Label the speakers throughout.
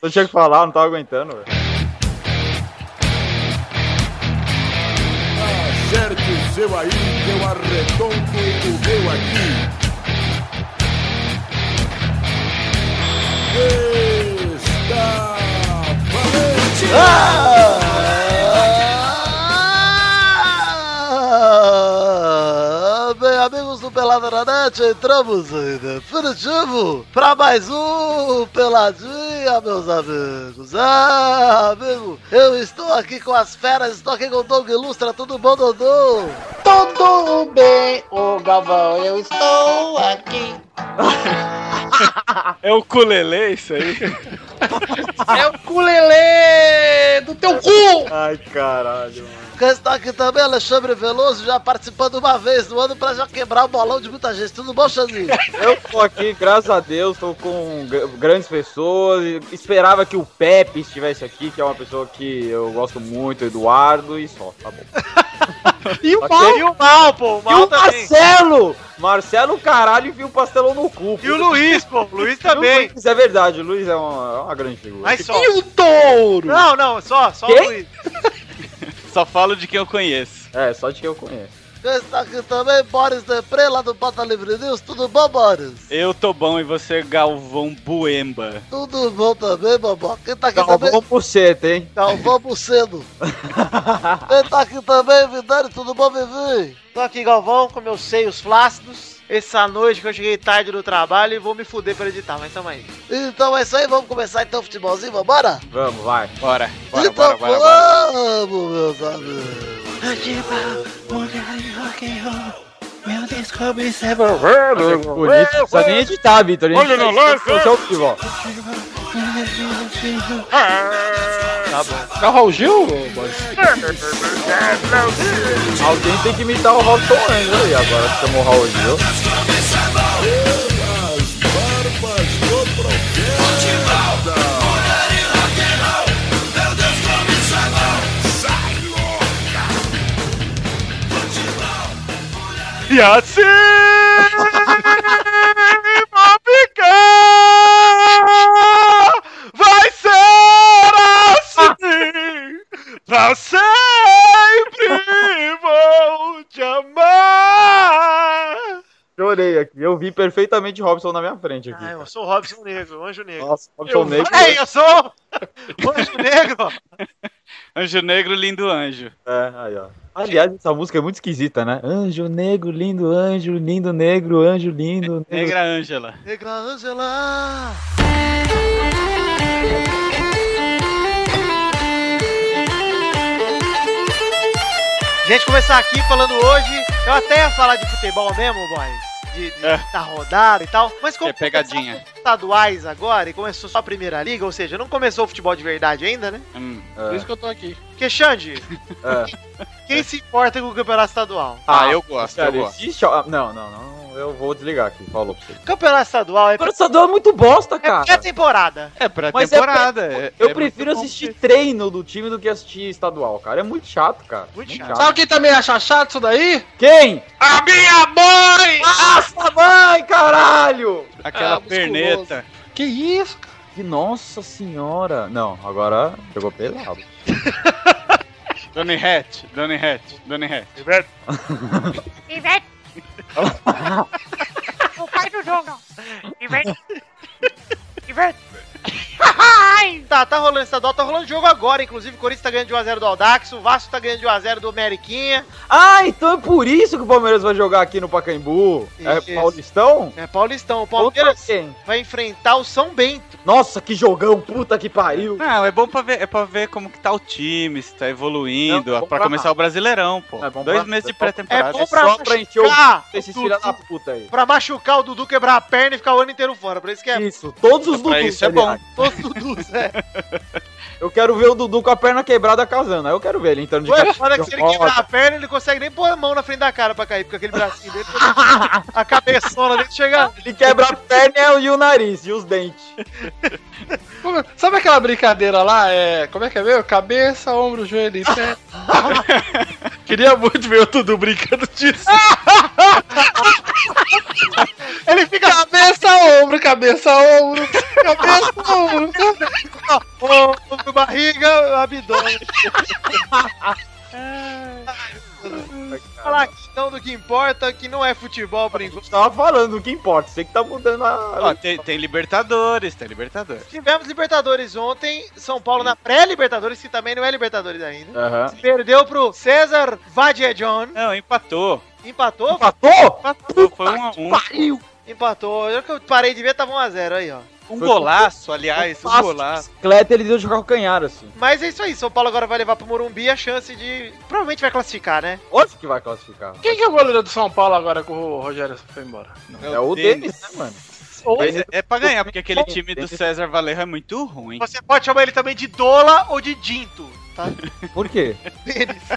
Speaker 1: Só tinha que falar, não tava aguentando, velho.
Speaker 2: Acerte o Tá seu aí, que eu arredondo o meu aqui. Está valente!
Speaker 3: Ah! Bem, amigos do Pelada na Net, entramos em definitivo para mais um Peladinha, meus amigos. Ah, amigo, eu estou aqui com as feras, estou aqui com o Doug Ilustra, tudo bom, Dodô?
Speaker 4: Tudo bem, ô Galvão, eu estou aqui.
Speaker 5: É o culelê isso aí?
Speaker 4: É o culelê do teu cu!
Speaker 1: Ai, caralho, mano.
Speaker 3: Quem está aqui também, Alexandre Veloso, já participando uma vez no ano para já quebrar o bolão de muita gente. Tudo bom, Xandinho?
Speaker 1: Eu tô aqui, graças a Deus, tô com gr- grandes pessoas. e Esperava que o Pepe estivesse aqui, que é uma pessoa que eu gosto muito, Eduardo, e só, tá bom.
Speaker 4: E o
Speaker 1: Ok.
Speaker 4: mal?
Speaker 5: E o mal, pô, o
Speaker 1: E
Speaker 5: mal
Speaker 1: o
Speaker 5: também.
Speaker 1: Marcelo! Marcelo, caralho, enfia o pastelão no cu.
Speaker 5: E o Luiz, pô, o Luiz também.
Speaker 1: Luiz, é verdade, o Luiz é uma, é uma grande figura.
Speaker 5: Mas só.
Speaker 4: E o touro?
Speaker 5: Não, não, só, só
Speaker 1: Quem?
Speaker 5: o Luiz.
Speaker 6: Só falo de quem eu conheço.
Speaker 1: É, só de que eu conheço.
Speaker 3: Quem está aqui também, Boris Depre, lá do Bota Livre News. Tudo bom, Boris?
Speaker 6: Eu tô bom e você, Galvão Buemba.
Speaker 3: Tudo bom também, Bobó? Quem tá aqui também?
Speaker 1: Galvão Buceta, hein?
Speaker 3: Galvão Bucedo. Quem tá aqui também, Vidani? Tudo bom, Vivi?
Speaker 5: Tô aqui, Galvão, com meus seios flácidos. Essa noite que eu cheguei tarde do trabalho e vou me fuder pra editar, mas tamo aí.
Speaker 3: Então é isso aí, vamos começar então o futebolzinho, vambora?
Speaker 1: Vamos, vai.
Speaker 6: Bora, bora, bora,
Speaker 3: então
Speaker 6: bora, bora.
Speaker 3: vamos, meus amigos.
Speaker 1: Bonito, não precisa nem editar, Vitor. Olha no lance! Seu futebol. Ah. Tá
Speaker 4: É o Raul Gil?
Speaker 1: Alguém tem que imitar o Robson Anjo aí, agora que chamou o Raul Gil.
Speaker 5: E assim vai ficar, vai ser assim, pra sempre vou te amar.
Speaker 1: Chorei aqui. Eu vi perfeitamente Robson na minha frente aqui.
Speaker 5: Ah, eu sou o Robson Negro, o Anjo Negro.
Speaker 1: Nossa, Robson Negro. É,
Speaker 5: Ei, eu sou o Anjo Negro.
Speaker 6: Anjo Negro, lindo anjo.
Speaker 1: É, aí, ó. Aliás, essa música é muito esquisita, né? Anjo negro, lindo anjo, lindo negro, anjo lindo. Negro.
Speaker 6: Negra Ângela.
Speaker 3: Negra Angela.
Speaker 5: Gente, começar aqui falando hoje, eu até ia falar de futebol mesmo, boys. De, de-
Speaker 6: É.
Speaker 5: da rodada e tal. Mas como
Speaker 6: É pegadinha.
Speaker 5: começaram os estaduais agora e começou só a primeira liga, ou seja, não começou o futebol de verdade ainda, né?
Speaker 6: Hum. É.
Speaker 4: Por isso que eu tô aqui.
Speaker 5: Porque, Xande, quem se importa com o campeonato estadual?
Speaker 6: Ah, eu gosto, eu
Speaker 1: Cara,
Speaker 6: gosto.
Speaker 1: existe... ah, Não, não, não. Eu vou desligar aqui. Falou pra você.
Speaker 5: Campeonato estadual é,
Speaker 1: O estadual é muito bosta,
Speaker 5: é
Speaker 1: cara.
Speaker 5: pré-temporada.
Speaker 6: É pra
Speaker 1: Mas é
Speaker 6: temporada. é-
Speaker 1: Eu
Speaker 6: é
Speaker 1: prefiro
Speaker 6: muito bom.
Speaker 1: assistir treino do time do que assistir estadual, cara. É muito chato, cara.
Speaker 5: Muito chato.
Speaker 4: Sabe quem também acha chato isso daí?
Speaker 1: Quem?
Speaker 4: A minha mãe!
Speaker 1: Ah, sua mãe, caralho!
Speaker 6: Aquela
Speaker 4: Ah,
Speaker 6: perneta.
Speaker 4: Que isso, cara?
Speaker 1: Que nossa senhora. Não, agora jogou pelado.
Speaker 6: Donny Hatch, Donny Hatch, Donny Hatch.
Speaker 7: Ivete! o pai do João, não. Ivete! Ivete! Ai!
Speaker 5: Tá, tá rolando estadual, tá rolando jogo agora. Inclusive, o Corinthians tá ganhando de 1x0 do Aldax, o Vasco tá ganhando de 1x0 do Ameriquinha.
Speaker 1: Ah, então é por isso que o Palmeiras vai jogar aqui no Pacaembu.
Speaker 5: Isso.
Speaker 1: É Paulistão?
Speaker 5: É Paulistão. O
Speaker 1: Contra
Speaker 5: Palmeiras
Speaker 1: quem?
Speaker 5: vai enfrentar o São Bento.
Speaker 1: Nossa, que jogão, puta que pariu.
Speaker 6: Não, é bom pra ver, é pra ver como que tá o time, se tá evoluindo,
Speaker 1: Não, é
Speaker 6: ó,
Speaker 1: bom
Speaker 6: pra
Speaker 1: pra
Speaker 6: começar o Brasileirão, pô.
Speaker 1: É bom
Speaker 6: Dois
Speaker 1: pra-
Speaker 6: meses
Speaker 1: é
Speaker 6: de
Speaker 1: bom-
Speaker 6: pré-temporada.
Speaker 5: é bom pra-
Speaker 1: Só pra encher o
Speaker 5: Ah,
Speaker 1: esses
Speaker 5: o
Speaker 1: filha
Speaker 5: Dudu.
Speaker 1: da puta aí.
Speaker 5: Pra machucar o Dudu, quebrar a perna e ficar o ano inteiro fora. Pra isso que é
Speaker 1: Isso, todos os
Speaker 6: Pra
Speaker 1: Dudus.
Speaker 6: isso é bom.
Speaker 1: aliás.
Speaker 5: todos os Dudus, é.
Speaker 1: Eu quero ver o Dudu com a perna quebrada casando. Aí eu quero ver ele entrando de
Speaker 5: Ué,
Speaker 1: cabeça
Speaker 5: é foda que se ele
Speaker 1: de
Speaker 5: quebrar a perna, ele consegue nem pôr a mão na frente da cara pra cair, porque aquele bracinho dele, a cabeçona dele chega...
Speaker 1: Ele quebra a perna e o nariz e os dentes.
Speaker 4: Como- Sabe aquela brincadeira lá? É. Como é que é meu? Cabeça, ombro, joelho e pé.
Speaker 6: Queria muito ver o Dudu brincando disso. Ele fica cabeça ombro, cabeça ombro, cabeça ombro.
Speaker 5: Ombro, barriga, abdômen. Falar a questão do que importa, que não é futebol por enquanto.
Speaker 1: Tava falando, o que importa, você que tá mudando a.
Speaker 8: Ó, tem, tem Libertadores, tem Libertadores.
Speaker 5: Tivemos Libertadores ontem, São Paulo na pré-Libertadores, que também não é Libertadores ainda.
Speaker 1: Aham.
Speaker 5: Perdeu pro César Vadjejon,
Speaker 8: Não, empatou.
Speaker 5: empatou,
Speaker 1: Empatou?
Speaker 8: Empatou, foi um a um.
Speaker 5: empatou. Eu que eu parei de ver, tava 1x0 aí, ó.
Speaker 8: Um golaço, aliás, um golaço.
Speaker 1: Cleto ele deu de calcanhar, assim.
Speaker 5: Mas é isso aí, São Paulo agora vai levar pro Morumbi a chance de. Provavelmente vai classificar, né?
Speaker 1: Onde que vai classificar?
Speaker 9: Quem que é o goleiro do São Paulo agora que o Rogério foi embora?
Speaker 1: É o Denis, né, mano?
Speaker 8: Mas é- É pra ganhar, porque aquele time do César Valerro é muito ruim.
Speaker 5: Você pode chamar ele também de Dola ou de Dinto, tá?
Speaker 1: Por quê?
Speaker 8: É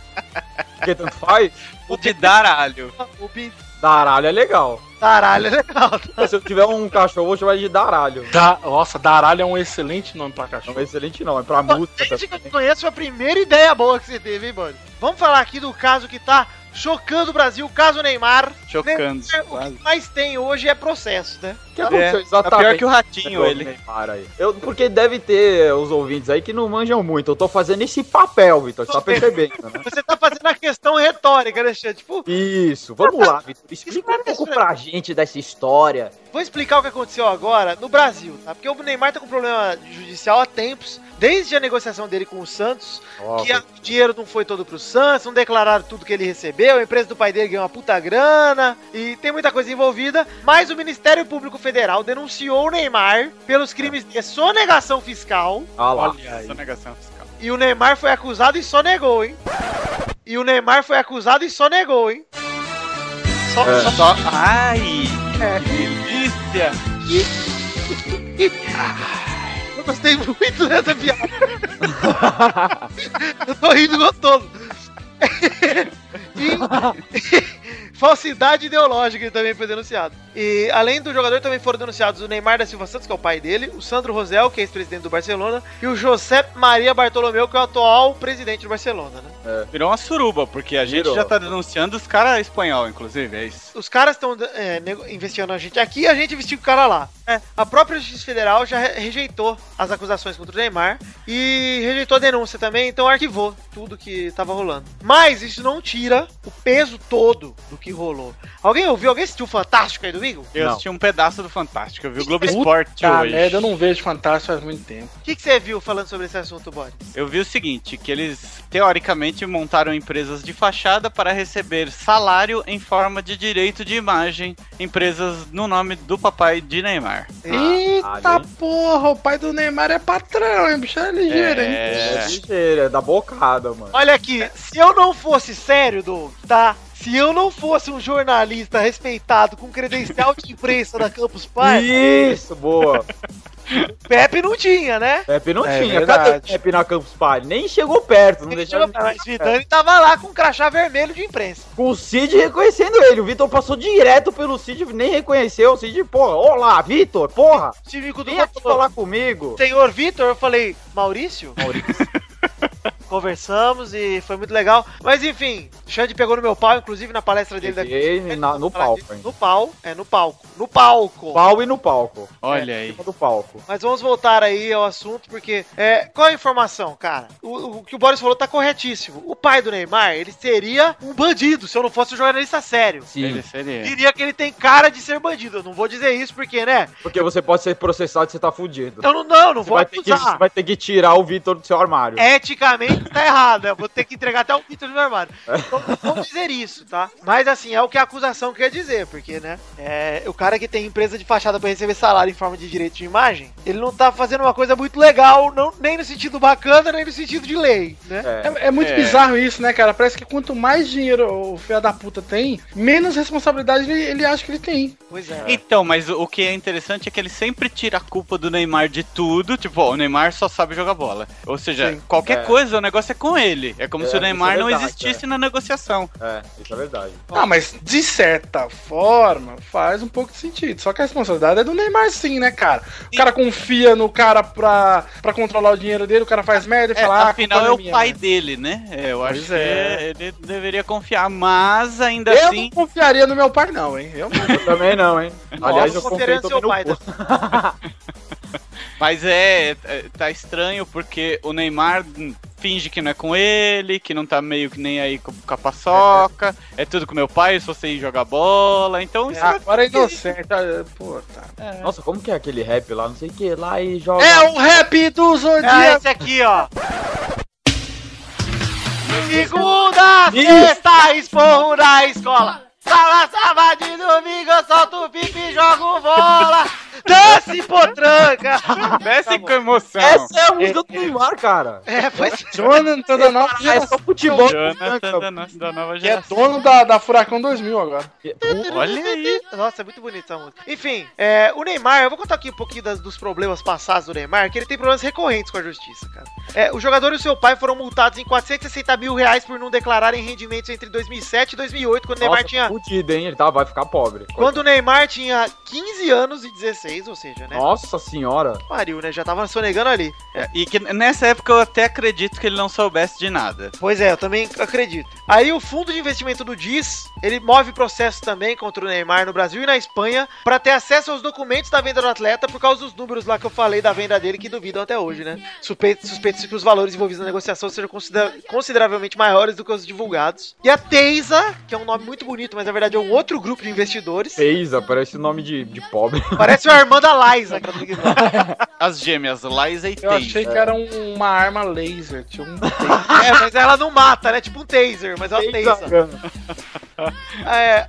Speaker 1: Porque tanto faz?
Speaker 8: O de Daralho.
Speaker 5: O Pinto.
Speaker 1: Daralho é legal.
Speaker 5: Caralho, é legal.
Speaker 1: Se eu tiver um cachorro, eu vou chamar ele de Daralho.
Speaker 9: Da... Nossa, Daralho é um excelente nome pra
Speaker 1: Não
Speaker 9: cachorro.
Speaker 1: é excelente, não. É pra música
Speaker 5: Desde que eu
Speaker 1: também.
Speaker 5: te conheço, foi a primeira ideia boa que você teve, hein, mano? Vamos falar aqui do caso que tá chocando o Brasil, o caso Neymar.
Speaker 8: Chocando.
Speaker 5: Neymar, o
Speaker 8: quase.
Speaker 5: que mais tem hoje é processo, né?
Speaker 1: O que aconteceu exatamente?
Speaker 8: Tá pior que o
Speaker 1: com
Speaker 8: Ratinho,
Speaker 1: o
Speaker 8: ele.
Speaker 1: Neymar aí? Eu, porque deve ter os ouvintes aí que não manjam muito. Eu tô fazendo esse papel, Vitor. Você tá percebendo, né?
Speaker 5: Você tá fazendo a questão retórica, Alexandre. Tipo,
Speaker 1: Isso. Vamos lá, Vitor. Explica um pouco pra gente dessa história.
Speaker 5: vou explicar o que aconteceu agora no Brasil, tá? Porque o Neymar tá com problema judicial há tempos, desde a negociação dele com o Santos, que a- o dinheiro não foi todo pro Santos, não declararam tudo que ele recebeu, a empresa do pai dele ganhou uma puta grana e tem muita coisa envolvida, mas o Ministério Público Federal denunciou o Neymar pelos crimes de sonegação fiscal
Speaker 1: Ah lá.
Speaker 8: Só negação fiscal.
Speaker 5: e o Neymar foi acusado e sonegou, hein? E o Neymar foi acusado e sonegou, hein?
Speaker 8: Só,
Speaker 1: É.
Speaker 8: só- Ai, que delícia.
Speaker 5: Eu gostei muito dessa piada. Eu tô rindo gostoso. E- Falsidade ideológica ele também foi denunciado. E além do jogador, também foram denunciados o Neymar da Silva Santos, que é o pai dele, o Sandro Rosel, que é ex-presidente do Barcelona, e o José Maria Bartolomeu, que é o atual presidente do Barcelona. Né?
Speaker 8: Virou uma suruba, porque a gente
Speaker 1: Virou.
Speaker 8: já tá denunciando os caras espanhol, inclusive, é isso.
Speaker 5: Os caras estão é, nego- investigando a gente aqui e a gente investiga o cara lá. É, a própria Justiça Federal já re- rejeitou as acusações contra o Neymar e rejeitou a denúncia também, então arquivou tudo que tava rolando. Mas isso não tira o peso todo do que rolou. Alguém ouviu? Alguém assistiu o Fantástico aí domingo?
Speaker 8: Eu
Speaker 1: Não.
Speaker 8: assisti um pedaço do Fantástico, eu vi o Globo
Speaker 9: Puta
Speaker 8: Esporte
Speaker 9: Tá,
Speaker 8: hoje.
Speaker 9: merda, eu não vejo Fantástico faz muito tempo.
Speaker 5: O que, que você viu falando sobre esse assunto, Bode?
Speaker 8: Eu vi o seguinte, que eles teoricamente montaram empresas de fachada para receber salário em forma de direito de imagem, empresas no nome do papai de Neymar.
Speaker 9: Eita
Speaker 1: hein?
Speaker 9: porra, o pai do Neymar é patrão, hein? Bicho é ligeiro, hein?
Speaker 1: É,
Speaker 8: É,
Speaker 1: ligeiro, é da bocada, mano.
Speaker 5: Olha aqui, se eu não fosse sério, Doug, tá? Se eu não fosse um jornalista respeitado com credencial de imprensa da Campus Party,
Speaker 1: Isso, boa.
Speaker 5: Pepe não tinha, né?
Speaker 1: Pepe não
Speaker 9: É
Speaker 1: tinha. Cadê o
Speaker 9: verdade.
Speaker 1: Pepe na Campus Party? Nem chegou perto. Não
Speaker 5: Ele
Speaker 1: deixaram...
Speaker 5: chegou pra nós, Vidani tava lá com o crachá vermelho de imprensa.
Speaker 1: Com o Cid reconhecendo ele. O Vitor passou direto pelo Cid, nem reconheceu. O Cid, porra, olá, Vitor, porra.
Speaker 5: Tive com o
Speaker 1: Vem aqui falar comigo.
Speaker 5: Senhor Vitor, eu falei, Maurício? Conversamos e foi muito legal. Mas enfim, o Xande pegou no meu pau, inclusive na palestra dele daqui.
Speaker 1: Peguei na- no palco, hein?
Speaker 5: No pau, é, no palco. No palco.
Speaker 1: Pau e no palco.
Speaker 8: olha aí.
Speaker 1: Do palco.
Speaker 5: Mas vamos voltar aí ao assunto, porque é, qual a informação, cara? O, o que o Boris falou tá corretíssimo. O pai do Neymar, ele seria um bandido se eu não fosse um jornalista sério.
Speaker 8: Ele
Speaker 1: É.
Speaker 8: seria.
Speaker 5: Diria que ele tem cara de ser bandido. Eu não vou dizer isso porque, né?
Speaker 1: Porque você pode ser processado e você tá fudido.
Speaker 5: Eu não, não, não
Speaker 1: Você
Speaker 5: Então, vou
Speaker 1: vai, ter que,
Speaker 5: acusar. É.
Speaker 1: você vai ter que tirar o Vitor do seu armário.
Speaker 5: Eticamente tá errado, né? Eu Vou ter que entregar até o Vitor no meu armário. Então, vamos dizer isso, tá? Mas assim, é o que a acusação quer dizer, porque, né? é, o cara que tem empresa de fachada pra receber salário em forma de direito de imagem, ele não tá fazendo uma coisa muito legal, não, nem no sentido bacana, nem no sentido de lei, né?
Speaker 1: É.
Speaker 9: É, é muito
Speaker 8: É.
Speaker 9: bizarro isso, né, cara? Parece que quanto mais dinheiro o filho da puta tem, menos responsabilidade ele, ele acha que ele tem.
Speaker 5: Pois é.
Speaker 8: Então, mas o o que é interessante é que ele sempre tira a culpa do Neymar de tudo. Tipo, ó, o Neymar só sabe jogar bola. Ou seja,
Speaker 5: Sim.
Speaker 8: qualquer
Speaker 1: É.
Speaker 8: coisa é um negócio é com ele. É como
Speaker 1: É,
Speaker 8: se o
Speaker 1: isso é
Speaker 8: Neymar não
Speaker 1: verdade,
Speaker 8: existisse na negociação.
Speaker 1: É, isso é verdade.
Speaker 9: Ah, mas de certa forma faz um pouco de sentido. Só que a responsabilidade é do Neymar sim, né, cara? O cara confia no cara pra, pra controlar o dinheiro dele, o cara faz merda e
Speaker 8: É,
Speaker 9: fala... "Ah,
Speaker 8: afinal,
Speaker 9: culpa
Speaker 8: é
Speaker 9: não
Speaker 8: o
Speaker 9: minha",
Speaker 8: pai
Speaker 9: né?
Speaker 8: dele, né? É, eu
Speaker 9: Pois
Speaker 8: acho que
Speaker 9: é.
Speaker 8: é, ele deveria confiar, mas ainda
Speaker 9: Eu
Speaker 8: assim.
Speaker 9: não confiaria no meu pai não, hein? Eu não.
Speaker 1: Eu também não, hein? Aliás, eu
Speaker 5: Nossa,
Speaker 1: comprei
Speaker 5: conferência,
Speaker 1: também
Speaker 5: seu
Speaker 1: no
Speaker 5: pai.
Speaker 1: cu.
Speaker 8: Mas é, é, tá estranho porque o Neymar hum, finge que não é com ele, que não tá meio que nem aí com com a paçoca, é tudo com meu pai, eu só sei jogar bola, então isso é,
Speaker 9: Agora é inocente. ah, Pô, tá.
Speaker 1: Nossa, como que é aquele rap lá? Não sei o que, lá e joga.
Speaker 9: É o rap do
Speaker 5: Ah,
Speaker 9: Zodíaco!
Speaker 5: esse aqui, ó. Segunda,
Speaker 1: Isso.
Speaker 5: sexta, esporro na escola. Sala, sábado de domingo, eu solto o pipi e jogo bola. Dance, potranca.
Speaker 8: desce com emoção.
Speaker 1: Essa Tá é a música do Neymar, cara.
Speaker 5: É, pois
Speaker 9: Jonathan da nova
Speaker 1: É
Speaker 9: geração,
Speaker 1: só futebol.
Speaker 8: Jonathan da, no- da nova
Speaker 9: que né? é
Speaker 8: geração.
Speaker 9: dono da, da Furacão 2000 agora.
Speaker 8: Olha aí.
Speaker 5: Nossa, é muito bonita essa música. Enfim, é, o Neymar, eu vou contar aqui um pouquinho das- dos problemas passados do Neymar, que ele tem problemas recorrentes com a justiça, cara. É, o jogador e o seu pai foram multados em 460 mil reais por não declararem rendimentos entre 2007 e 2008, quando o Neymar
Speaker 1: Nossa,
Speaker 5: tinha...
Speaker 1: Fudido, hein? Ele tá, vai ficar pobre.
Speaker 5: Quando o Neymar tinha 15 anos e 16, ou seja, né?
Speaker 1: Nossa senhora.
Speaker 5: Pariu, né? Já tava sonegando ali.
Speaker 8: E que nessa época eu até acredito que ele não soubesse de nada.
Speaker 5: Pois é, eu também acredito. Aí o fundo de investimento do DIS, ele move processo também contra o Neymar no Brasil e na Espanha pra ter acesso aos documentos da venda do atleta por causa dos números lá que eu falei da venda dele que duvidam até hoje, né? Suspe- Suspeita-se que os valores envolvidos na negociação sejam considera- consideravelmente maiores do que os divulgados. E a Teisa, que é um nome muito bonito, mas na verdade é um outro grupo de investidores,
Speaker 1: Feiza, parece nome de, de pobre.
Speaker 5: parece uma irmã da Liza, que é do Big Brother.
Speaker 8: As gêmeas, Liza e
Speaker 9: Eu achei
Speaker 8: Tate.
Speaker 9: que era um- uma arma laser, tinha um
Speaker 5: É, mas ela não mata, né? Tipo um taser, mas é uma taser.
Speaker 1: Feiza.
Speaker 5: É,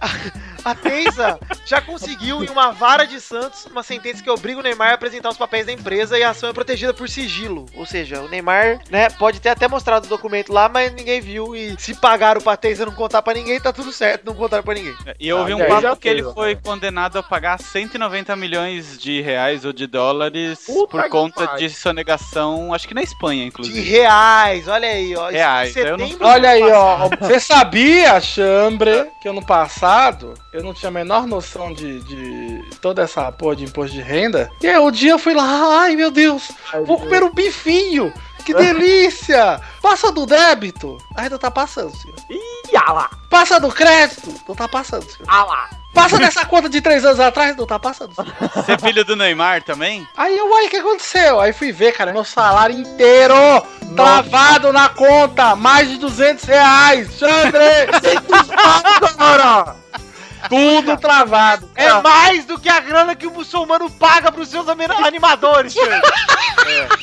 Speaker 5: a Teisa já conseguiu em uma vara de Santos uma sentença que obriga o Neymar a apresentar os papéis da empresa e a ação é protegida por sigilo. Ou seja, o Neymar, né, pode ter até mostrado o documento lá, mas ninguém viu. E se pagaram pra Teisa não contar pra ninguém, tá tudo certo, não contaram pra ninguém.
Speaker 8: E eu ouvi
Speaker 1: Ah,
Speaker 8: um
Speaker 1: daí já
Speaker 8: papo que
Speaker 1: fez,
Speaker 8: ele
Speaker 1: ó.
Speaker 8: foi condenado a pagar 190 milhões de reais ou de dólares
Speaker 1: Puta que
Speaker 8: por conta
Speaker 1: pariu.
Speaker 8: de sonegação, acho que na Espanha,
Speaker 5: De
Speaker 8: inclusive.
Speaker 5: reais, olha aí, ó. Isso
Speaker 8: Reais,
Speaker 5: em
Speaker 8: eu não-
Speaker 5: setembro
Speaker 9: Olha aí,
Speaker 5: do ano
Speaker 9: ó. Você sabia, Chambre, que ano passado eu não tinha a menor noção de, de toda essa porra de imposto de renda? E aí, o dia eu fui lá, ai meu Deus, vou comer um bifinho. Que delícia! Passa do débito. Ai, não tá passando, senhor.
Speaker 1: Ih, ah lá.
Speaker 9: Passa do crédito. Não tá passando, senhor.
Speaker 1: Ah lá.
Speaker 9: Passa dessa conta de três anos atrás. Não tá passando, senhor.
Speaker 8: Você é filho do Neymar também?
Speaker 9: Aí eu, uai, o que aconteceu? Aí fui ver, cara, meu salário inteiro travado na conta, mais de 200 reais, Xandre! 200 pau, cara! Tudo travado.
Speaker 5: passado. É mais do que a grana que o muçulmano paga pros seus anim- animadores, Xande.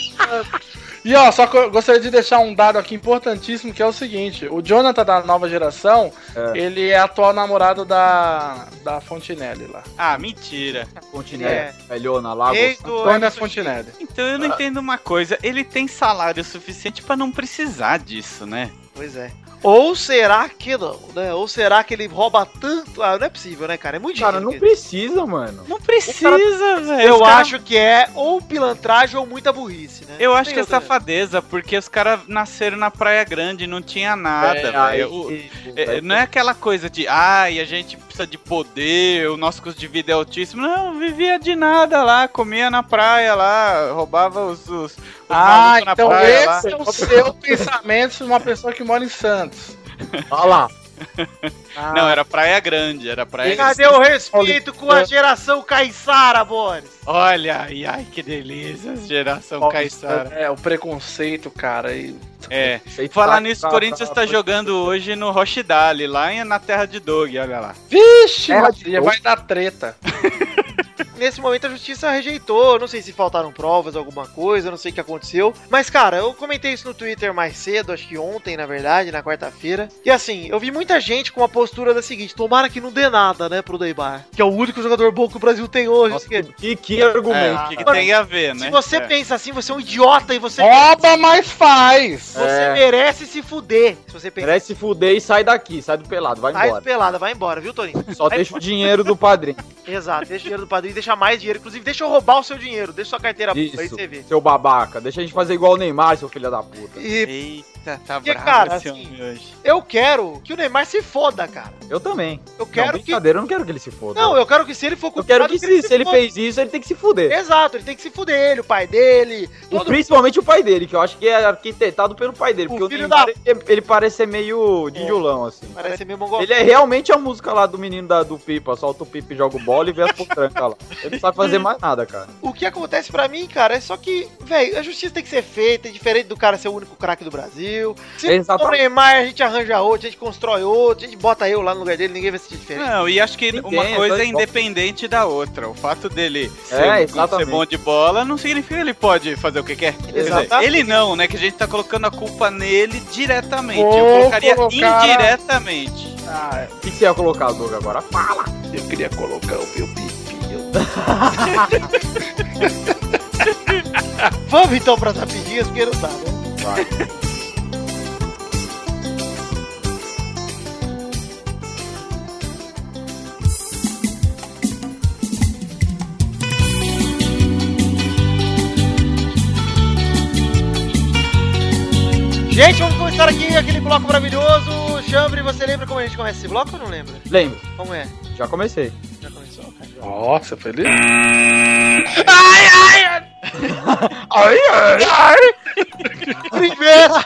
Speaker 9: E ó, só que eu gostaria de deixar um dado aqui importantíssimo, que é o seguinte, o Jonathan da nova geração,
Speaker 1: É.
Speaker 9: ele é atual namorado da, da Fontinelli lá.
Speaker 8: Ah, mentira. É,
Speaker 9: É.
Speaker 1: Continente. Velhona lá.
Speaker 5: Ex
Speaker 1: você-
Speaker 5: do
Speaker 9: Antônia
Speaker 5: Emerson
Speaker 9: Fontinelli.
Speaker 8: Então eu não
Speaker 9: Ah.
Speaker 8: entendo uma coisa, ele tem salário suficiente pra não precisar disso, né?
Speaker 5: Pois é. Ou será que não, né? Ou será que ele rouba tanto? Ah, não é possível, né, cara? É muito
Speaker 1: Cara,
Speaker 5: dinheiro.
Speaker 1: não
Speaker 5: que-
Speaker 1: precisa, mano.
Speaker 8: Não precisa, velho.
Speaker 5: Eu
Speaker 8: Os cara-
Speaker 5: acho que é ou pilantragem ou muita burrice, né?
Speaker 8: Eu
Speaker 5: Não
Speaker 8: acho
Speaker 5: tem
Speaker 8: que é
Speaker 5: outra.
Speaker 8: safadeza, porque os caras nasceram na Praia Grande, não tinha nada,
Speaker 9: É,
Speaker 1: aí,
Speaker 8: velho. O-
Speaker 1: tipo,
Speaker 8: É,
Speaker 1: velho,
Speaker 8: não é aquela coisa de, ai, a gente precisa de poder, o nosso custo de vida é altíssimo. Não, vivia de nada lá, comia na praia lá, roubava os, os, os
Speaker 9: Ah,
Speaker 8: malucos na
Speaker 9: então
Speaker 8: praia lá.
Speaker 9: esse é o seu pensamento de uma pessoa que mora em Santos.
Speaker 1: Olha lá.
Speaker 8: Não, era Praia Grande, era
Speaker 9: é
Speaker 8: Praia Grande.
Speaker 5: Cadê o respeito com a geração caiçara, Boris?
Speaker 8: Olha, ai, ai, que delícia, essa geração caiçara.
Speaker 9: É, o preconceito, cara. E...
Speaker 8: É,
Speaker 1: Sei que
Speaker 8: falar
Speaker 1: tá-
Speaker 8: nisso,
Speaker 1: tá-
Speaker 8: o Corinthians tá jogando hoje no Rochidale, lá em- na terra de Dog, olha lá.
Speaker 9: Vixe,
Speaker 1: Terra de
Speaker 9: Maria,
Speaker 1: novo.
Speaker 9: vai dar treta.
Speaker 5: Nesse momento a justiça rejeitou, eu não sei se faltaram provas, alguma coisa, eu não sei o que aconteceu. Mas, cara, eu comentei isso no Twitter mais cedo, acho que ontem, na verdade, na quarta-feira. E assim, eu vi muita gente com a postura da seguinte: tomara que não dê nada, né, pro Neymar, que é o único jogador bom que o Brasil tem hoje.
Speaker 1: Nossa, né? que,
Speaker 5: que-
Speaker 1: que argumento.
Speaker 8: É, o que, que
Speaker 5: Mano,
Speaker 8: tem a ver, né?
Speaker 5: Se você
Speaker 8: É.
Speaker 5: pensa assim, você é um idiota e você,
Speaker 9: Rouba, mas faz.
Speaker 5: você
Speaker 1: É.
Speaker 5: merece se fuder. Se você pensa
Speaker 1: Merece se fuder e sai daqui, sai do pelado, vai
Speaker 5: Sai
Speaker 1: embora.
Speaker 5: pelada, vai embora, viu, Toninho?
Speaker 1: Só
Speaker 5: Vai
Speaker 1: deixa o dinheiro do padrinho.
Speaker 5: Exato, deixa o dinheiro do padrinho, deixa mais dinheiro. Inclusive, deixa eu roubar o seu dinheiro, deixa sua carteira pra aí
Speaker 1: Isso,
Speaker 5: você vê.
Speaker 1: seu babaca. Deixa a gente fazer igual o Neymar, seu filho da puta.
Speaker 5: E
Speaker 8: Eita. Tá, tá
Speaker 5: Porque,
Speaker 8: bravo
Speaker 5: cara,
Speaker 8: esse
Speaker 5: assim,
Speaker 8: homem hoje.
Speaker 5: Eu quero que o Neymar se foda, cara.
Speaker 1: Eu também.
Speaker 5: Eu
Speaker 1: não,
Speaker 5: quero que.
Speaker 1: brincadeira, eu não quero que ele se foda.
Speaker 5: Não, eu quero que se ele for
Speaker 1: Eu quero
Speaker 5: culpado,
Speaker 1: que se, se ele
Speaker 5: foda.
Speaker 1: fez isso, ele tem que se fuder.
Speaker 5: Exato, ele tem que se fuder, ele, o pai dele,
Speaker 1: O-
Speaker 5: todo
Speaker 1: principalmente o pai dele, que eu acho que é arquitetado pelo pai dele.
Speaker 5: O
Speaker 1: Porque o
Speaker 5: filho É.
Speaker 1: Neymar, ele, ele parece ser meio didulão, assim.
Speaker 5: Parece meio mongol.
Speaker 1: Ele é realmente a música lá do menino da, do Pipa. Solta o Pipa, e joga o bola e vê as potrancas lá. Ele não sabe fazer mais nada, cara.
Speaker 5: O que acontece pra mim, cara, é só que, velho, a justiça tem que ser feita, é diferente do cara ser o único craque do Brasil. Se
Speaker 1: Exatamente.
Speaker 5: for o Neymar, a gente arranja outro, a gente constrói outro, a gente bota eu lá no lugar dele, ninguém vai sentir diferente.
Speaker 8: Não, e acho que
Speaker 1: Ninguém,
Speaker 8: uma coisa
Speaker 1: dois
Speaker 8: é independente da outra. O fato dele
Speaker 1: É,
Speaker 8: ser, ser
Speaker 1: exatamente.
Speaker 8: bom de bola não significa que ele pode fazer o que quer. Quer dizer,
Speaker 5: Exatamente.
Speaker 8: Ele não, né? Que a gente tá colocando a culpa nele diretamente. Eu
Speaker 9: Vou
Speaker 8: colocaria
Speaker 9: colocar-
Speaker 8: indiretamente.
Speaker 9: Ah,
Speaker 1: O que você ia colocar, Doug, agora? Fala!
Speaker 6: Eu queria colocar o meu pipinho.
Speaker 5: Vamos então pras rapidinhas, porque não dá, né? Gente, vamos começar aqui aquele bloco maravilhoso. Chambre, você lembra como a gente começa esse bloco ou não lembra?
Speaker 1: Lembra,
Speaker 5: Como é?
Speaker 1: já comecei.
Speaker 5: Já começou, cara?
Speaker 9: Nossa, feliz.
Speaker 5: Primeira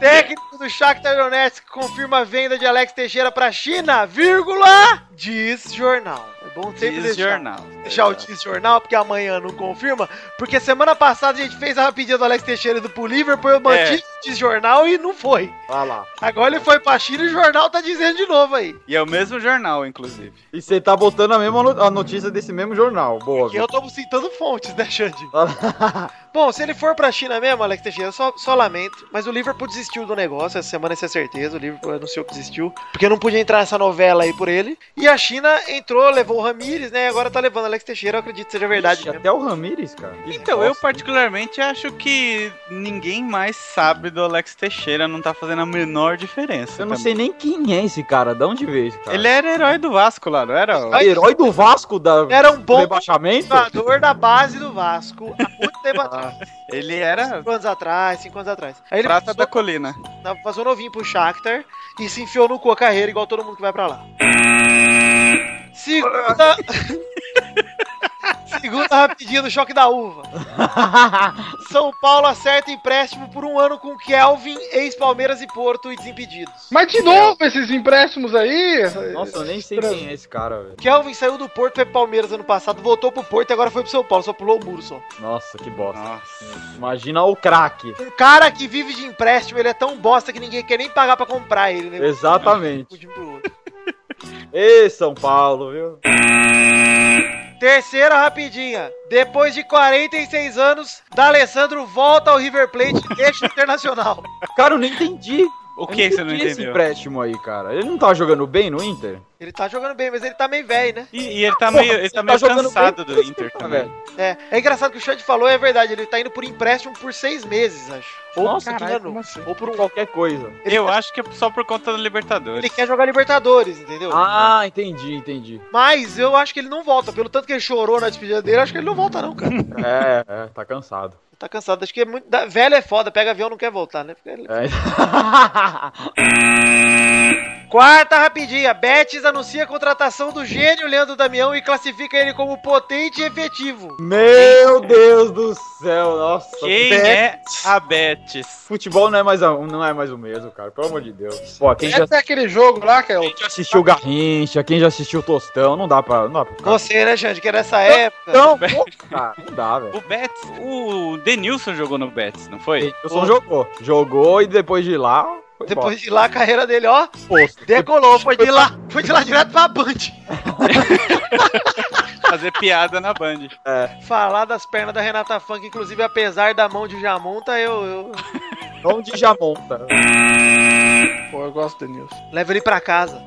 Speaker 5: Técnico do Shakhtar Donetsk confirma a venda de Alex Teixeira pra China, vírgula, diz jornal. É bom sempre
Speaker 8: Diz
Speaker 5: deixar,
Speaker 8: jornal.
Speaker 5: deixar o diz jornal, porque amanhã não confirma, porque semana passada a gente fez a rapidinha do Alex Teixeira e do pro Liverpool, eu mantive
Speaker 8: É.
Speaker 5: o diz jornal e não foi.
Speaker 1: Vai lá.
Speaker 5: Agora ele foi pra China e o jornal tá dizendo de novo aí.
Speaker 8: E é o mesmo jornal, inclusive.
Speaker 1: E você tá botando a mesma no- a notícia desse mesmo jornal. Boa,
Speaker 5: Que
Speaker 1: viu?
Speaker 5: eu tô citando fontes, né, Xande? Bom, se ele for pra China mesmo, Alex Teixeira, só, só lamento. Mas o Liverpool desistiu do negócio essa semana, isso é certeza. O Liverpool anunciou que desistiu. Porque não podia entrar essa novela aí por ele. E a China entrou, levou o Ramires, né? E agora tá levando o Alex Teixeira, eu acredito que seja verdade.
Speaker 1: Ixi, é
Speaker 5: mesmo.
Speaker 1: até o Ramires, cara. Que
Speaker 8: Então, eu
Speaker 1: bosta.
Speaker 8: particularmente acho que ninguém mais sabe do Alex Teixeira, não tá fazendo a menor diferença.
Speaker 1: Eu não
Speaker 8: também.
Speaker 1: sei nem quem é esse cara, de onde veio esse cara?
Speaker 8: Ele era herói do Vasco lá, não era?
Speaker 5: Ai,
Speaker 1: herói do Vasco da...
Speaker 5: Era um
Speaker 1: do
Speaker 5: bom
Speaker 1: rebaixamento?
Speaker 5: jogador da base do Vasco há muito tempo atrás. né,
Speaker 8: Ele era
Speaker 5: Cinco anos atrás, cinco anos atrás. Aí ele
Speaker 8: prata
Speaker 5: passou,
Speaker 8: da colina.
Speaker 5: na- passou um novinho pro Shakhtar e se enfiou no cu a carreira, igual todo mundo que vai pra lá. Segunda... Segunda rapidinha do choque da uva. São Paulo acerta empréstimo por um ano com Kelvin, ex-Palmeiras e Porto e desimpedidos.
Speaker 9: Mas de novo esses empréstimos aí.
Speaker 1: Nossa, eu nem sei quem é esse cara, velho.
Speaker 5: Kelvin saiu do Porto para Palmeiras ano passado, voltou pro Porto e agora foi pro São Paulo, só pulou o muro só.
Speaker 1: Nossa, que bosta.
Speaker 8: Nossa.
Speaker 1: Imagina o craque.
Speaker 5: Um cara que vive de empréstimo, ele é tão bosta que ninguém quer nem pagar pra comprar ele, né?
Speaker 1: Exatamente.
Speaker 5: Um time pro outro.
Speaker 1: Ei, São Paulo, viu?
Speaker 5: Terceira rapidinha. Depois de 46 anos, D'Alessandro volta ao River Plate e deixa o Internacional.
Speaker 1: Cara, eu não entendi.
Speaker 8: O
Speaker 1: Eu
Speaker 8: que você não
Speaker 1: entendi esse
Speaker 8: entendeu?
Speaker 1: empréstimo aí, cara? Ele não tá jogando bem no Inter?
Speaker 5: Ele tá jogando bem, mas ele tá meio velho, né?
Speaker 8: E, e ele tá meio, ele tá
Speaker 1: tá
Speaker 8: meio
Speaker 1: jogando
Speaker 8: cansado
Speaker 1: bem,
Speaker 8: do Inter
Speaker 1: tá,
Speaker 8: também.
Speaker 1: velho.
Speaker 5: É, é engraçado que o Xande falou, é verdade. Ele tá indo por empréstimo por seis meses, acho. Ou
Speaker 1: Nossa,
Speaker 5: por um
Speaker 1: caralho,
Speaker 5: ano,
Speaker 1: como assim?
Speaker 5: Ou por um
Speaker 1: Qualquer coisa.
Speaker 8: Eu acho que é só por conta da
Speaker 5: Ele
Speaker 8: Libertadores.
Speaker 5: quer jogar Libertadores, entendeu?
Speaker 1: Ah, entendi, entendi.
Speaker 5: Mas eu acho que ele não volta. Pelo tanto que ele chorou na despedida dele, eu acho que ele não volta, não, cara. Ele
Speaker 1: É, é, tá cansado.
Speaker 5: tá cansado. Acho que é muito. da- Velho é foda, pega avião não quer voltar, né? Fica-
Speaker 1: É.
Speaker 5: Quarta rapidinha. Betis anuncia a contratação do gênio Leandro Damião e classifica ele como potente e efetivo.
Speaker 1: Meu Deus do céu, nossa.
Speaker 8: Quem
Speaker 1: Betis.
Speaker 8: é a Betis?
Speaker 1: Futebol não é, mais a- não é mais o mesmo, cara. Pelo amor de Deus. Pô, quem já
Speaker 9: Esse é aquele jogo lá que é o.
Speaker 1: quem já assistiu Garrincha, quem já assistiu Tostão, não dá pra. Não dá pra ficar.
Speaker 5: Você, né, Xande? Que era essa época.
Speaker 1: Não, pô, cara, não dá, velho.
Speaker 8: O Betis, o Denilson jogou no Betis, não foi?
Speaker 1: O São jogou. Jogou e depois de lá. Foi
Speaker 5: Depois de lá, a carreira dele, ó,
Speaker 1: embora. posto.
Speaker 5: decolou. Foi de lá, foi de lá direto pra Band.
Speaker 8: Fazer piada na Band.
Speaker 5: Falar das pernas da Renata Funk, inclusive, apesar da mão de Jamonta, eu, eu
Speaker 1: Onde já monta.
Speaker 9: Pô, eu gosto do Denilson.
Speaker 5: levo ele pra casa.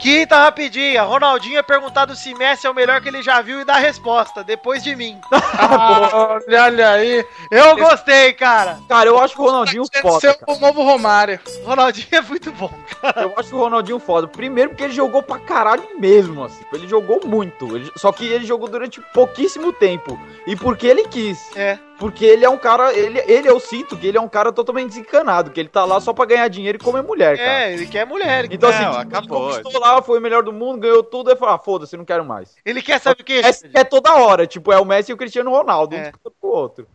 Speaker 5: Quinta rapidinha. Ronaldinho é perguntado se Messi é o melhor que ele já viu e dá a resposta, depois de mim.
Speaker 9: Ah, olha, olha aí.
Speaker 5: Eu gostei, cara.
Speaker 1: Cara, eu acho o Ronaldinho
Speaker 9: Seu
Speaker 1: foda. Cara.
Speaker 9: novo Romário.
Speaker 5: Ronaldinho é muito bom.
Speaker 1: Eu acho o Ronaldinho foda. Primeiro porque ele jogou pra caralho mesmo, assim. Ele jogou muito. Ele- Só que ele jogou durante pouquíssimo tempo. E porque ele quis.
Speaker 5: É.
Speaker 1: Porque ele é um cara. Ele, ele eu sinto que ele é um cara totalmente desencanado, que ele tá lá só pra ganhar dinheiro e comer mulher, cara.
Speaker 5: É, tipo ele quer mulher. Ele,
Speaker 1: Então,
Speaker 8: Não,
Speaker 1: assim,
Speaker 8: acabou.
Speaker 1: ele conquistou lá, foi o melhor do mundo, ganhou tudo, aí fala, ah, foda-se, não quero mais.
Speaker 5: ele quer saber o que?
Speaker 1: Essa é toda hora, tipo, é o Messi e o Cristiano Ronaldo, um
Speaker 5: É.
Speaker 1: discutindo com o outro.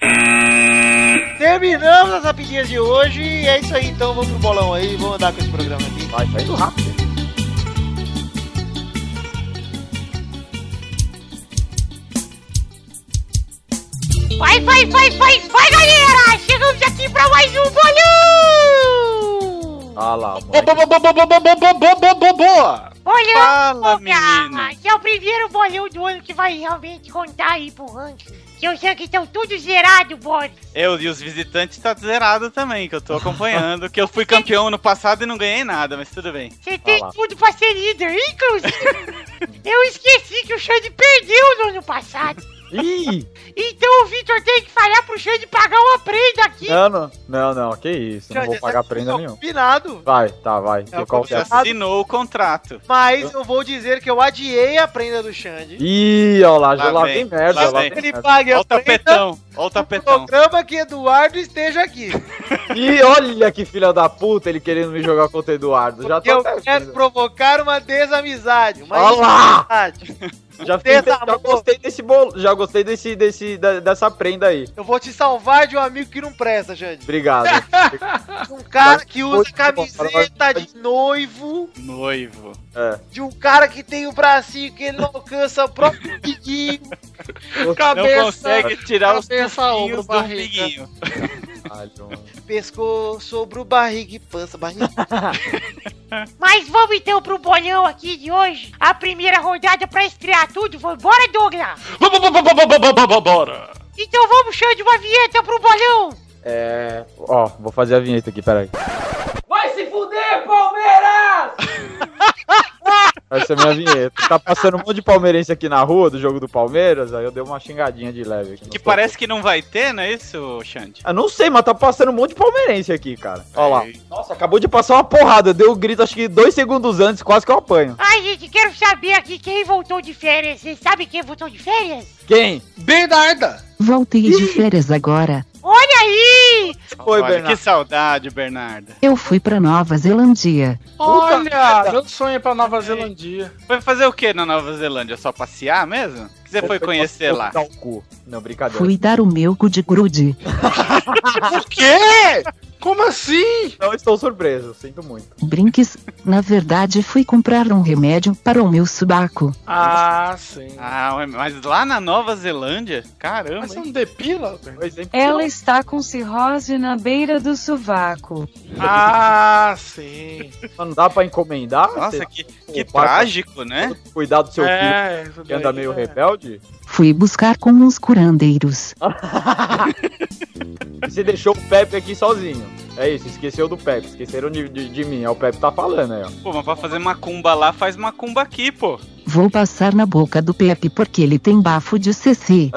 Speaker 5: Terminamos as rapidinhas de hoje e é isso aí. Então vamos pro bolão aí, vamos andar com esse programa aqui.
Speaker 1: Vai, vai indo rápido.
Speaker 7: Vai, vai, vai, vai, vai, galera! Chegamos aqui pra mais um bolão!
Speaker 1: Ah lá, mano.
Speaker 9: Boa!
Speaker 7: Bolão!
Speaker 8: Fala,
Speaker 7: cara!
Speaker 8: menino.
Speaker 7: Que é o primeiro bolão do ano que vai realmente contar aí pro ranking. Seus rankings estão tudo zerado, Boris.
Speaker 8: Eu e os visitantes tá zerado também, que eu tô acompanhando. que eu fui campeão no passado e não ganhei nada, mas tudo bem.
Speaker 7: Você tem
Speaker 1: lá.
Speaker 7: tudo pra ser líder, inclusive. eu esqueci que o Xande perdeu no ano passado.
Speaker 1: Ih!
Speaker 7: Então o Victor tem que falar pro Xande pagar uma prenda aqui.
Speaker 1: Não, não, não, não, que isso, não
Speaker 5: Xande,
Speaker 1: vou pagar
Speaker 5: essa
Speaker 1: prenda
Speaker 5: discussão
Speaker 1: nenhuma.
Speaker 5: Combinado.
Speaker 1: Vai, tá, vai.
Speaker 5: É,
Speaker 1: Qual que
Speaker 8: Você
Speaker 1: é?
Speaker 8: assinou o contrato.
Speaker 5: Mas eu vou dizer que eu adiei a prenda do Xande.
Speaker 1: Ih, ó lá, já
Speaker 8: Lá
Speaker 1: lá
Speaker 8: vem,
Speaker 1: tem merda,
Speaker 8: lá
Speaker 1: lá
Speaker 8: vem.
Speaker 1: tem
Speaker 5: Ele
Speaker 1: merda.
Speaker 5: pague
Speaker 8: Olha
Speaker 5: a
Speaker 8: o
Speaker 5: prenda
Speaker 8: tapetão, olha o
Speaker 5: no
Speaker 8: tapetão.
Speaker 5: programa que Eduardo esteja aqui.
Speaker 1: Ih, olha que filha da puta ele querendo me jogar contra o Eduardo. Já
Speaker 5: Porque
Speaker 1: tô
Speaker 5: eu
Speaker 1: até
Speaker 5: quero
Speaker 1: vendo.
Speaker 5: provocar uma desamizade. Uma
Speaker 1: Olha lá!
Speaker 5: inimizade.
Speaker 1: Já, fiquei- já
Speaker 10: tá
Speaker 5: desamor.
Speaker 1: gostei desse bolo, já gostei desse, desse, da- dessa prenda aí.
Speaker 5: Eu vou te salvar de um amigo que não presta, Xande.
Speaker 1: Obrigado.
Speaker 5: Um cara que usa
Speaker 1: Poxa,
Speaker 5: camiseta de noivo.
Speaker 8: Noivo.
Speaker 5: De um cara que tem o bracinho que ele não alcança o próprio piguinho.
Speaker 8: Não
Speaker 6: Cabeça,
Speaker 8: consegue tirar os
Speaker 6: cabeça, ombro,
Speaker 8: pinhos do
Speaker 6: barriga.
Speaker 8: umbiguinho.
Speaker 1: Caralho, mano.
Speaker 5: Pescoço, sobre o barriga e pança, barriga.
Speaker 7: Mas vamos então pro bolão aqui de hoje. A primeira rodada pra estrear tudo. Vambora, Douglas!
Speaker 6: Bora!
Speaker 7: Então vamos, Xande, uma vinheta pro bolão!
Speaker 1: é. Ó, vou fazer a vinheta aqui, peraí. Vai se fuder, Palmeiras! Essa é a minha vinheta. Tá passando um monte de palmeirense aqui na rua do jogo do Palmeiras, aí eu dei uma xingadinha de leve. Aqui,
Speaker 8: Que parece que não vai ter, não é isso, Xande?
Speaker 1: Eu não sei, mas tá passando um monte de palmeirense aqui, cara. Ó lá. Nossa, acabou de passar uma porrada. Deu o grito, acho que dois segundos antes, quase que eu apanho.
Speaker 7: Ai, gente, quero saber aqui quem voltou de férias. Vocês sabem quem voltou de férias?
Speaker 1: Quem?
Speaker 9: Bernarda!
Speaker 10: Voltei de férias agora.
Speaker 7: Olha aí!
Speaker 1: Foi,
Speaker 8: Olha,
Speaker 1: Bernardo.
Speaker 8: Que saudade, Bernarda.
Speaker 10: Eu fui pra Nova Zelândia.
Speaker 9: Olha, meu sonho é pra Nova Zelândia.
Speaker 8: Foi fazer o que na Nova Zelândia? Só passear mesmo? O que você foi conhecer lá?
Speaker 1: Dar o cu. Não, brincadeira.
Speaker 10: Fui dar o meu cu de grude.
Speaker 9: Por quê? Como assim?
Speaker 1: Não estou surpreso, sinto muito.
Speaker 10: Brinques. Na verdade, fui comprar um remédio para o meu subaco.
Speaker 9: Ah, sim.
Speaker 8: Ah, ué, mas lá na Nova Zelândia? Caramba,
Speaker 9: Mas você
Speaker 8: hein?
Speaker 9: não depila?
Speaker 1: Um exemplo
Speaker 10: Ela está com cirrose na beira do sovaco.
Speaker 9: Ah, sim.
Speaker 1: não dá pra encomendar?
Speaker 8: Nossa,
Speaker 1: Você-
Speaker 8: que, que
Speaker 1: o quarto-
Speaker 8: trágico, né?
Speaker 1: Cuidar do seu filho
Speaker 9: É, isso
Speaker 1: que anda
Speaker 9: daí
Speaker 1: meio
Speaker 9: é.
Speaker 1: rebelde?
Speaker 10: Fui buscar com uns curandeiros.
Speaker 1: Você deixou o Pepe aqui sozinho. É isso, esqueceu do Pepe, esqueceram de, de- de mim. É o Pepe tá falando aí, ó.
Speaker 8: Pô, mas pra fazer macumba lá, faz macumba aqui, pô.
Speaker 10: Vou passar na boca do Pepe porque ele tem bafo de CC.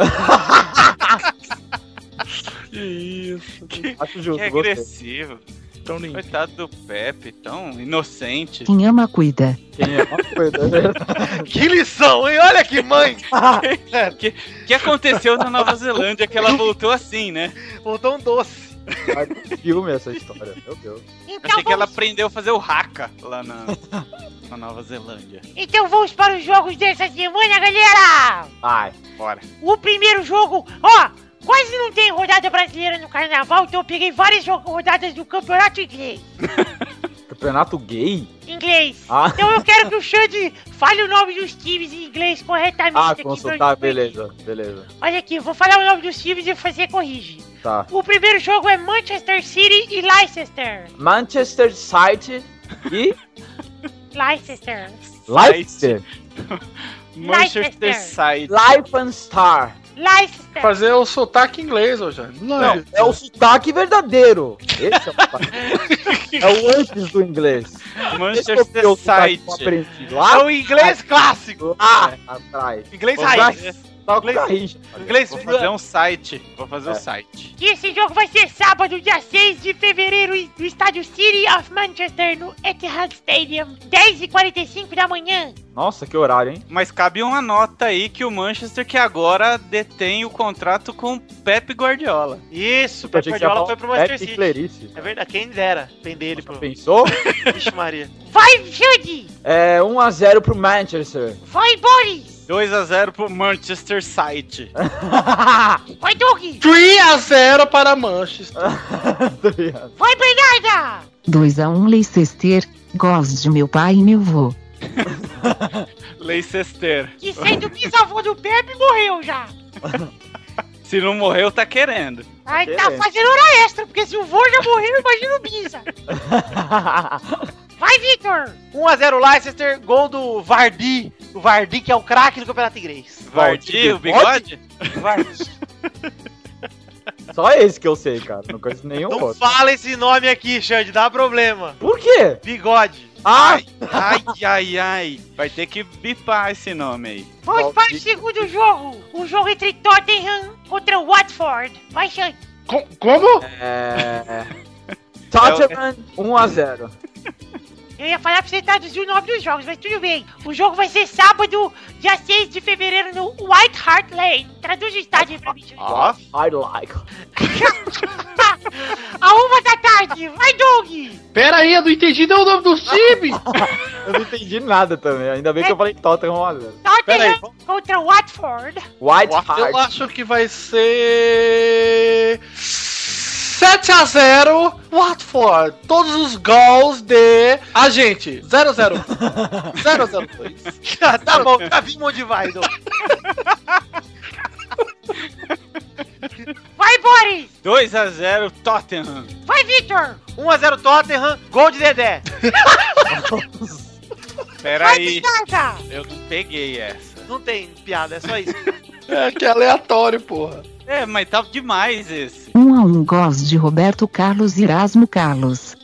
Speaker 9: Que isso,
Speaker 1: Acho
Speaker 8: Que
Speaker 1: justo, gostei.
Speaker 8: agressivo.
Speaker 9: tão lindo.
Speaker 8: Coitado do Pepe, tão inocente.
Speaker 10: Quem ama, cuida.
Speaker 1: Quem é? Uma coisa, né?
Speaker 5: que lição, hein? Olha que mãe!
Speaker 8: O que aconteceu na Nova Zelândia que ela voltou assim, né?
Speaker 5: Voltou um doce.
Speaker 1: Vai pro filme essa história, meu Deus.
Speaker 7: Então
Speaker 8: Achei que ela
Speaker 7: vamos,
Speaker 8: aprendeu a fazer o haka lá na, na Nova Zelândia.
Speaker 7: então vamos para os jogos dessa semana, galera!
Speaker 1: Ai,
Speaker 8: Bora.
Speaker 7: O primeiro jogo, ó, quase não tem rodada brasileira no carnaval, então eu peguei várias jo- rodadas do campeonato inglês.
Speaker 1: campeonato gay?
Speaker 7: Inglês.
Speaker 1: Ah.
Speaker 7: Então eu quero que o Xande fale o nome dos times em inglês corretamente.
Speaker 1: Ah,
Speaker 7: aqui pra
Speaker 1: consultar,
Speaker 7: gente corrigir.
Speaker 1: beleza, beleza.
Speaker 7: Olha aqui, eu vou falar o nome dos times e você corrige.
Speaker 1: Tá.
Speaker 7: O primeiro jogo é Manchester City e Leicester.
Speaker 1: Manchester City e
Speaker 7: Leicester.
Speaker 1: Leipzig.
Speaker 8: Manchester Side.
Speaker 1: Leipenstar.
Speaker 7: Leicester.
Speaker 9: Fazer o sotaque inglês, ô Jânio.
Speaker 1: Não, é o sotaque verdadeiro. Esse é o sotaque. É o antes do inglês.
Speaker 8: Manchester
Speaker 1: Esse é o sotaque que eu
Speaker 8: Side.
Speaker 1: aprendi
Speaker 5: É
Speaker 1: Lá,
Speaker 5: o inglês clássico.
Speaker 1: lá atrás.
Speaker 5: Inglês
Speaker 8: Ô, Jânio,
Speaker 5: raiz.
Speaker 1: Tá com carrinho.
Speaker 8: Inglês, um vou fazer um site. Vou fazer um site.
Speaker 7: Que esse jogo vai ser sábado, dia 6 de fevereiro, em- no estádio City of Manchester, no Etihad Stadium, 10h45 da manhã.
Speaker 1: Nossa, que horário, hein?
Speaker 8: Mas cabe uma nota aí que o Manchester que agora detém o contrato com o Pep Guardiola.
Speaker 5: Isso, o
Speaker 8: Pep
Speaker 5: Pep Guardiola foi pro Manchester City. Hum.
Speaker 1: Clerice.
Speaker 5: É verdade, quem dera. Tem dele, pô.
Speaker 1: Pensou?
Speaker 5: Vixe, Maria.
Speaker 7: Vai, Judy!
Speaker 1: É 1x0 pro Manchester.
Speaker 7: Vai, Boris!
Speaker 8: 2x0 pro Manchester City.
Speaker 7: Vai, Doug!
Speaker 9: 3 a 0 para Manchester.
Speaker 7: Vai, Bernarda!
Speaker 10: 2 a 1 Leicester, gols de meu pai e meu vô.
Speaker 8: Leicester.
Speaker 7: Que sendo bisavô do Pepe morreu já.
Speaker 8: Se não morreu, tá querendo.
Speaker 7: Aí
Speaker 8: Beleza.
Speaker 7: tá fazendo hora extra, porque se o vô já morreu, imagina o Bisa. Vai, Victor!
Speaker 5: 1x0 Leicester, gol do Vardy. O Vardy que é o craque do campeonato inglês.
Speaker 8: Vardy, o bigode?
Speaker 5: Vardy.
Speaker 1: Só esse que eu sei, cara. Não conheço
Speaker 8: É um
Speaker 1: nenhum
Speaker 5: Não
Speaker 1: outro.
Speaker 5: fala esse nome aqui, Xande, dá problema.
Speaker 1: Por quê?
Speaker 5: Bigode.
Speaker 1: Ah!
Speaker 8: Ai, ai, ai. Vai ter que bipar esse nome aí.
Speaker 7: Vamos para o segundo jogo. O jogo entre Tottenham contra o Watford. Vai, Xande.
Speaker 9: Como?
Speaker 1: É. Tottenham 1x0.
Speaker 7: Eu ia falar pra você traduzir o nome dos jogos, mas tudo bem. O jogo vai ser sábado, dia 6 de fevereiro, no White Hart Lane. Traduz o estádio aí pra mim. Xande.
Speaker 8: Ah.
Speaker 1: I like.
Speaker 7: A uma da tarde. Vai, Doug.
Speaker 9: Pera aí, eu não entendi nem é o nome do time.
Speaker 1: Eu não entendi nada também. Ainda bem que
Speaker 5: É.
Speaker 1: eu falei Tottenham 1x0.
Speaker 7: Tottenham contra o Watford.
Speaker 1: White
Speaker 9: Eu
Speaker 1: Hart.
Speaker 9: acho que vai ser 7 a 0 Watford. Todos os gols de a gente. 0 0 0 0
Speaker 5: Já tá bom, já vimos onde vai, Dom.
Speaker 7: Vai, Boris.
Speaker 8: 2x0 Tottenham.
Speaker 7: Vai, Victor.
Speaker 5: 1x0 Tottenham, gol de Dedé.
Speaker 7: Vai,
Speaker 8: Peraí,
Speaker 7: Bernarda.
Speaker 8: eu não peguei essa.
Speaker 5: Não tem piada, é só isso.
Speaker 9: É que é aleatório, porra.
Speaker 8: É, mas tá demais esse.
Speaker 10: 1 a 1 gols de Roberto Carlos e Erasmo Carlos.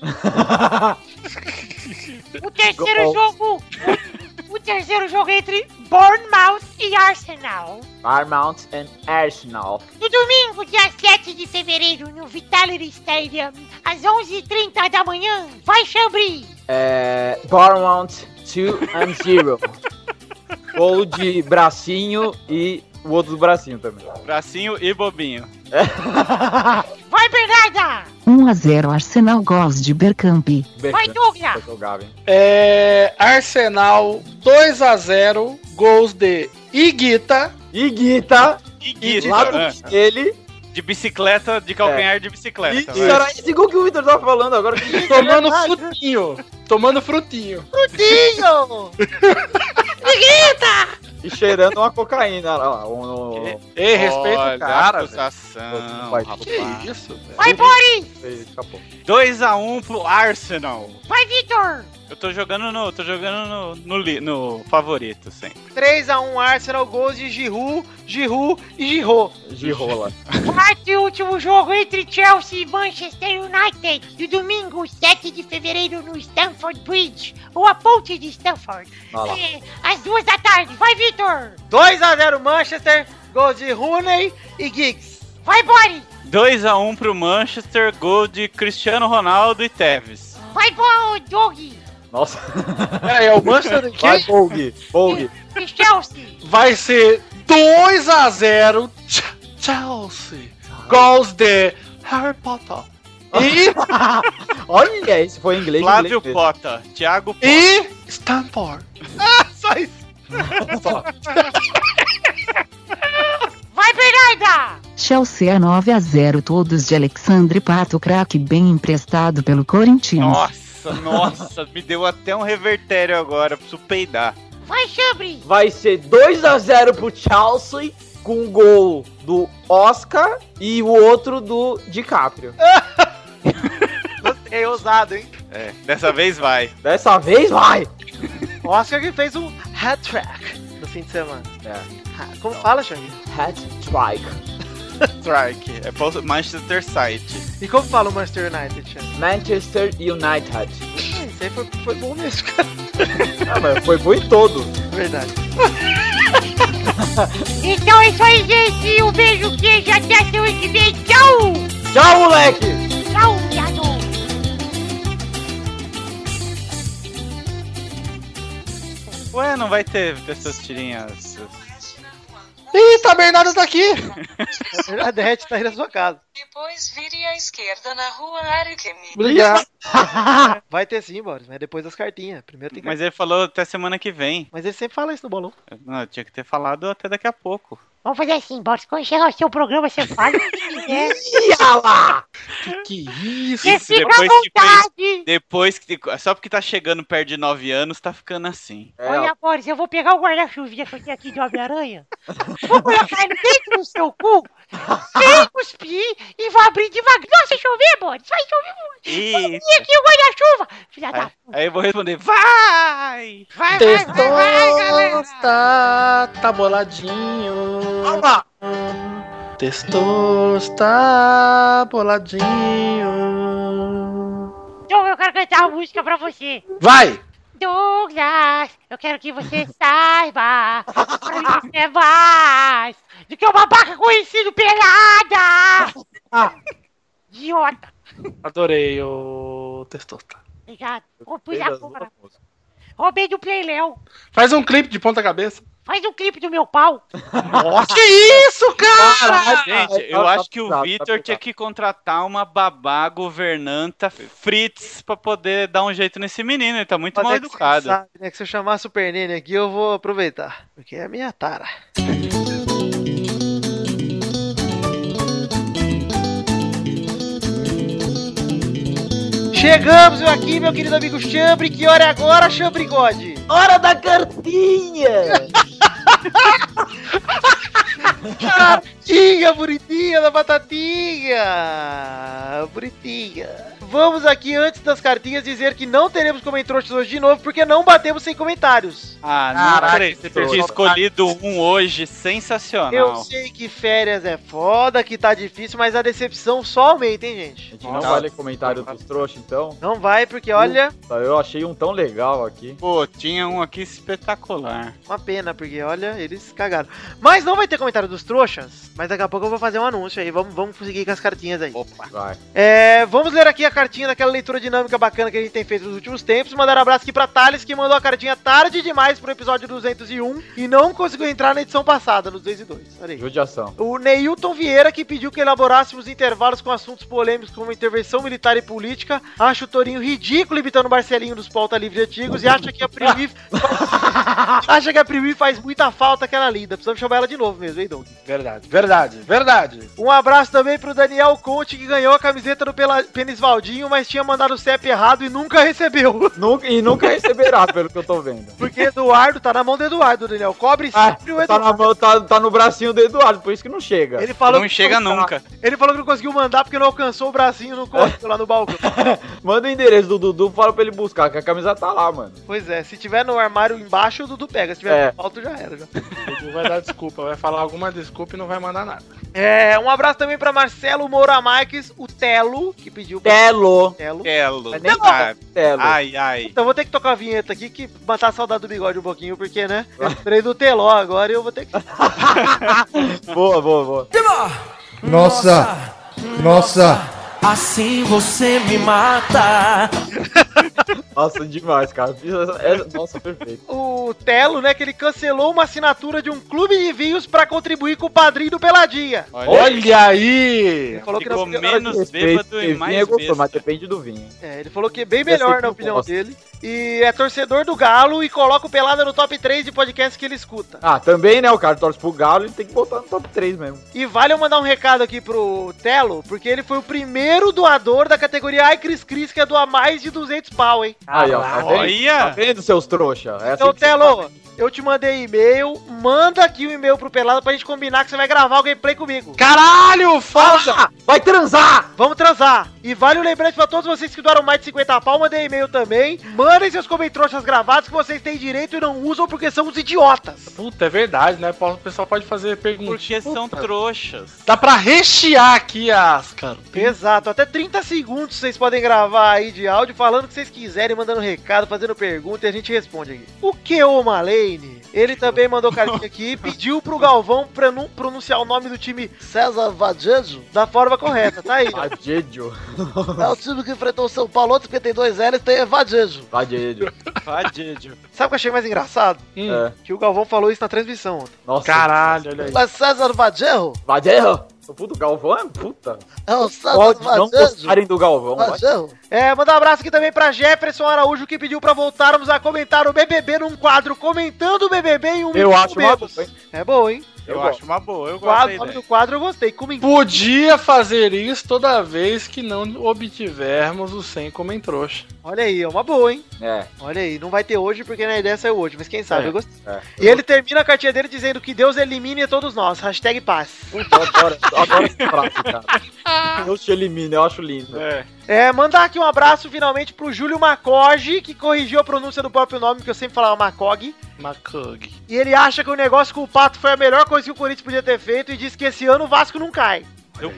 Speaker 7: O terceiro
Speaker 1: Gol.
Speaker 7: jogo... O, o terceiro jogo é entre Bournemouth e Arsenal.
Speaker 1: Paramount and Arsenal.
Speaker 7: No domingo, dia 7 de fevereiro, no Vitality Stadium, às 11h30 da manhã, vai Chambri!
Speaker 1: É. Paramount 2 and 0. Gol de bracinho e o outro do bracinho também.
Speaker 8: Bracinho e bobinho.
Speaker 7: Vai Bernarda!
Speaker 10: 1 a 0 Arsenal, gols de Bergkamp.
Speaker 7: Vai Douglas!
Speaker 1: Jogava, hein?
Speaker 9: É, Arsenal 2 a 0 gols de Iguita
Speaker 1: E Guita,
Speaker 8: Que
Speaker 1: e
Speaker 8: guita,
Speaker 1: do lado
Speaker 8: né? É,
Speaker 1: dele.
Speaker 8: De bicicleta, de calcanhar de bicicleta.
Speaker 1: E
Speaker 8: vai.
Speaker 1: será esse gol que o Vitor tava falando agora?
Speaker 9: tomando frutinho. Tomando frutinho.
Speaker 1: E cheirando uma cocaína lá. lá, um- um-
Speaker 9: Ei, respeita
Speaker 8: Olha,
Speaker 9: o cara, velho.
Speaker 8: acusação,
Speaker 1: Vai.
Speaker 8: rapaz.
Speaker 9: Que isso, velho.
Speaker 7: Vai Boris!
Speaker 1: um, Escapou.
Speaker 8: 2x1 pro Arsenal.
Speaker 7: Vai Victor!
Speaker 8: Eu tô jogando no. tô jogando no, no, li- no favorito sempre.
Speaker 5: 3x1 Arsenal, gols de Giroud, Giroud e Giroud.
Speaker 1: De rola.
Speaker 7: Quarto e último jogo entre Chelsea e Manchester United, no domingo, 7 de fevereiro, no Stamford Bridge, ou a ponte de Stamford,
Speaker 1: Olha lá.
Speaker 7: É, às duas da tarde. Vai Victor!
Speaker 5: 2x0 Manchester, gols de Rooney e Giggs.
Speaker 7: Vai Boris!
Speaker 8: 2x1 pro Manchester, gol de Cristiano Ronaldo e Tevez.
Speaker 7: Vai Bo- Doug!
Speaker 1: Nossa.
Speaker 9: Peraí, é o Manchester de
Speaker 1: Vai,
Speaker 9: quem?
Speaker 1: Bog. Bog.
Speaker 7: E Chelsea!
Speaker 9: Vai ser 2 a 0 Ch- Chelsea. Gols de Harry Potter. E,
Speaker 1: Olha, esse foi em inglês.
Speaker 8: Flávio
Speaker 1: inglês mesmo.
Speaker 8: Pota, Thiago Pota.
Speaker 9: e Stanford.
Speaker 5: Só isso.
Speaker 7: Vai Bernarda!
Speaker 10: Chelsea 9 a 0 todos de Alexandre Pato, craque bem emprestado pelo Corinthians.
Speaker 8: Nossa, nossa, me deu até um revertério agora, preciso peidar.
Speaker 7: Vai Chambri!
Speaker 1: Vai ser 2x0 pro Chelsea com um gol do Oscar e o outro do DiCaprio.
Speaker 5: É ousado, hein?
Speaker 8: É, dessa vez vai.
Speaker 1: Dessa vez vai!
Speaker 5: Oscar que fez um hat-track no fim de semana.
Speaker 1: É.
Speaker 5: Ah, Como fala, Xande?
Speaker 1: Hat strike.
Speaker 8: Strike, é pro Manchester City.
Speaker 5: E como fala o Manchester United, Xande?
Speaker 1: Manchester United.
Speaker 5: Isso aí foi, foi bom mesmo, cara.
Speaker 1: Ah, mas foi bom em todo.
Speaker 5: Verdade.
Speaker 7: Então é isso aí, gente. Um beijo, queijo. Até a semana que vem. Tchau!
Speaker 1: Tchau, moleque!
Speaker 7: Tchau, viado!
Speaker 8: Ué, não vai ter testosterinhas.
Speaker 5: Ih, tá Bernardo daqui! Bernadette tá aí na sua casa.
Speaker 11: Depois vire à esquerda na rua Arequemi.
Speaker 5: Obrigado. Vai ter sim, Boris, mas depois das cartinhas. Primeiro tem
Speaker 8: Mas ele falou até semana que vem.
Speaker 5: Mas ele sempre fala isso no bolão.
Speaker 8: Não, eu tinha que ter falado até daqui a pouco.
Speaker 7: Vamos fazer assim, Boris. Quando chegar o seu programa, você fala o que quiser.
Speaker 8: Que
Speaker 7: isso? Fica à vontade.
Speaker 8: depois que só porque tá chegando perto de 9 anos, tá ficando assim.
Speaker 1: É,
Speaker 7: Olha, Boris, eu vou pegar o guarda-chuvinha que eu tenho aqui de Homem-Aranha, vou colocar ele dentro do seu cu, sem cuspir, e vou abrir devagar. Nossa, chover, Boris, vai chover muito.
Speaker 8: Ih,
Speaker 7: E aqui o guarda-chuva. Filha da...
Speaker 8: aí, aí eu vou responder, vai!
Speaker 7: Vai,
Speaker 9: vai,
Speaker 7: vai, vai, galera!
Speaker 9: Tá, tá boladinho. Calma! Testou está boladinho.
Speaker 7: Então eu quero cantar uma música pra você.
Speaker 9: Vai!
Speaker 7: Douglas, eu quero que você saiba pra mim você é mais do que uma barca conhecido pelada. Idiota.
Speaker 9: Adorei o Testosta.
Speaker 7: Obrigado. Ô, pus a porra. Roubei do Play Léo.
Speaker 9: Faz um clipe de ponta cabeça.
Speaker 7: Faz um clipe do meu pau.
Speaker 9: Nossa, que isso, cara?
Speaker 8: Gente, eu acho que o Vitor tinha que contratar uma babá governanta Fritz pra poder dar um jeito nesse menino, ele tá muito
Speaker 5: Mas
Speaker 8: mal
Speaker 5: é que
Speaker 8: educado.
Speaker 5: você sabe, né, que se eu chamar a Super Nene aqui, eu vou aproveitar. Porque é a minha tara. Chegamos eu aqui, meu querido amigo Chambre. Que hora é agora, Chambre God? Hora da cartinha! cartinha bonitinha da batatinha! Bonitinha. Vamos aqui, antes das cartinhas, dizer que não teremos comentários hoje de novo, porque não batemos sem comentários.
Speaker 8: Ah, não
Speaker 5: Caraca,
Speaker 8: acredito. Você tinha escolhido um hoje sensacional.
Speaker 5: Eu sei que férias é foda, que tá difícil, mas a decepção só aumenta, hein, gente?
Speaker 1: Não vale comentário dos trouxas, então?
Speaker 5: Não vai, porque olha,
Speaker 1: Puta, Eu achei um tão legal aqui.
Speaker 8: Pô, tinha um aqui espetacular.
Speaker 5: uma pena, porque olha, eles cagaram. Mas não vai ter comentário dos trouxas, mas daqui a pouco eu vou fazer um anúncio aí, vamos, vamos conseguir com as cartinhas aí.
Speaker 8: Opa.
Speaker 1: Vai.
Speaker 5: É, vamos ler aqui a cartinha daquela leitura dinâmica bacana que a gente tem feito nos últimos tempos. Mandar um abraço aqui pra Thales, que mandou a cartinha tarde demais pro episódio 201 e não conseguiu entrar na edição passada, no 202. Olha aí.
Speaker 1: Judiação.
Speaker 5: O Neilton Vieira que pediu que elaborássemos intervalos com assuntos polêmicos como intervenção militar e política, acha o Torinho ridículo imitando o Marcelinho dos pauta livre antigos e acha que a Primi acha que a Primi faz muita falta aquela linda. Precisamos chamar ela de novo mesmo, hein, Doug?
Speaker 9: Verdade, verdade, verdade.
Speaker 5: Um abraço também pro Daniel Conte que ganhou a camiseta do Pela- Penisvaldinho, mas tinha mandado o CEP errado e nunca recebeu.
Speaker 1: Nunca, e nunca receberá, pelo que eu tô vendo.
Speaker 5: Porque Eduardo tá na mão do Eduardo, Daniel. Cobre
Speaker 1: Ah,
Speaker 5: sempre o
Speaker 1: tá,
Speaker 5: Eduardo.
Speaker 1: na mão- tá- tá no bracinho do Eduardo, por isso que não chega.
Speaker 5: Ele falou
Speaker 8: não tá.
Speaker 5: que- um
Speaker 8: chega nunca.
Speaker 5: Ele falou que não conseguiu mandar porque não alcançou o bracinho no corpo lá no balcão.
Speaker 1: Manda o endereço do Dudu, fala pra ele buscar, que a camisa tá lá, mano.
Speaker 5: Pois é, se tiver no armário embaixo, o Dudu pega. Se tiver
Speaker 1: É.
Speaker 5: no alto, já era. já.
Speaker 9: Dudu vai dar desculpa, vai falar alguma desculpa e não vai mandar nada.
Speaker 5: É, um abraço também pra Marcelo Moura Marques, o Telo, que pediu pra-
Speaker 1: Telo.
Speaker 5: Telo.
Speaker 8: Telo.
Speaker 5: Mas nem-
Speaker 8: Ah,
Speaker 1: Telo.
Speaker 8: ai, ai.
Speaker 5: Então vou ter que tocar a vinheta aqui, que matar a saudade do bigode um pouquinho, porque, né? Eu entrei do Teló agora e eu vou ter que...
Speaker 1: Boa, boa, boa.
Speaker 12: Nossa! Nossa!
Speaker 13: Assim você me mata.
Speaker 1: Nossa, demais, cara. Fiz essa- essa- Nossa, perfeito.
Speaker 5: O Telo, né, que ele cancelou uma assinatura de um clube de vinhos pra contribuir com o padrinho do Peladinha.
Speaker 9: Olha aí!
Speaker 5: Ele falou que
Speaker 8: Ficou
Speaker 5: nós-
Speaker 8: menos bêbado e mais
Speaker 1: vinho é gostoso,
Speaker 8: besta.
Speaker 1: mas depende do vinho.
Speaker 5: É, ele falou que é bem
Speaker 1: Deve ser
Speaker 5: melhor
Speaker 1: que
Speaker 5: na
Speaker 1: eu
Speaker 5: opinião
Speaker 1: gosto.
Speaker 5: dele. E é torcedor do Galo e coloca o Pelada no top 3 de podcast que ele escuta.
Speaker 1: Ah, também, né? O cara torce pro Galo, ele tem que botar no top 3 mesmo.
Speaker 5: E vale eu mandar um recado aqui pro Telo, porque ele foi o primeiro doador da categoria Ai Cris Cris, que é doar mais de 200 pau, hein?
Speaker 1: Aí, ó. Tá vendo? Tá
Speaker 8: Olha!
Speaker 1: vendo, seus trouxa? É assim
Speaker 5: Então,
Speaker 1: que você
Speaker 5: Telo, eu te mandei e-mail, manda aqui o e-mail pro Pelado pra gente combinar que você vai gravar o gameplay comigo.
Speaker 9: Caralho,
Speaker 1: foda! Ah, Vai transar!
Speaker 5: Vamos transar! E vale um lembrete pra todos vocês que doaram mais de 50 pau, mandei e-mail também. Mandem seus comentroxas gravados que vocês têm direito e não usam porque são os idiotas.
Speaker 9: Puta, é verdade, né? O pessoal pode fazer perguntas.
Speaker 8: Porque são trouxas.
Speaker 9: Dá pra rechear aqui as cartinhas.
Speaker 5: Exato, até 30 segundos vocês podem gravar aí de áudio falando o que vocês quiserem, mandando recado, fazendo pergunta e a gente responde aqui. O que o Malê Kane. Ele também mandou cartinha aqui e pediu pro Galvão pra não pronunciar o nome do time César Vadejo da forma correta, tá aí.
Speaker 1: Vadejo.
Speaker 3: É o time que enfrentou o São Paulo, outro que tem dois L tem Vadejo.
Speaker 1: Vadejo.
Speaker 8: Vadejo.
Speaker 5: Sabe o que eu achei mais engraçado?
Speaker 1: É.
Speaker 5: Que o Galvão falou isso na transmissão ontem.
Speaker 1: Nossa.
Speaker 5: Caralho, olha aí.
Speaker 3: Mas César Vadejo?
Speaker 1: Vadejo. O puto Galvão é puta.
Speaker 3: É o César
Speaker 1: Pode não
Speaker 3: Vadejo.
Speaker 1: gostarem do Galvão. vai.
Speaker 3: Vadejo.
Speaker 5: É, mandar um abraço aqui também pra Jefferson Araújo, que pediu pra voltarmos a comentar o BBB num quadro, comentando o BBB em um
Speaker 1: Eu
Speaker 5: minuto
Speaker 1: acho uma
Speaker 5: menos. É bom, hein?
Speaker 8: Eu,
Speaker 5: gosto.
Speaker 8: acho uma boa, eu
Speaker 5: O quadro,
Speaker 8: gostei
Speaker 5: o nome do
Speaker 8: dela.
Speaker 5: quadro eu gostei. Comentando.
Speaker 9: Podia fazer isso toda vez que não obtivermos o 100 como em trouxa.
Speaker 5: Olha aí, é uma boa, hein?
Speaker 1: É.
Speaker 5: Olha aí, não vai ter hoje porque na ideia saiu hoje, mas quem sabe,
Speaker 9: É.
Speaker 5: eu gostei.
Speaker 1: É.
Speaker 5: E ele termina a cartinha dele dizendo que Deus elimine todos nós. Hashtag paz.
Speaker 1: Eu adoro, eu adoro esse prato, cara. Eu te elimino, eu acho lindo.
Speaker 8: É.
Speaker 5: É, mandar aqui um abraço finalmente pro Júlio Macoge, que corrigiu a pronúncia do próprio nome, que eu sempre falava Macog.
Speaker 9: Macug.
Speaker 5: E ele acha que o negócio com o Pato foi a melhor coisa que o Corinthians podia ter feito e diz que esse ano o Vasco não cai.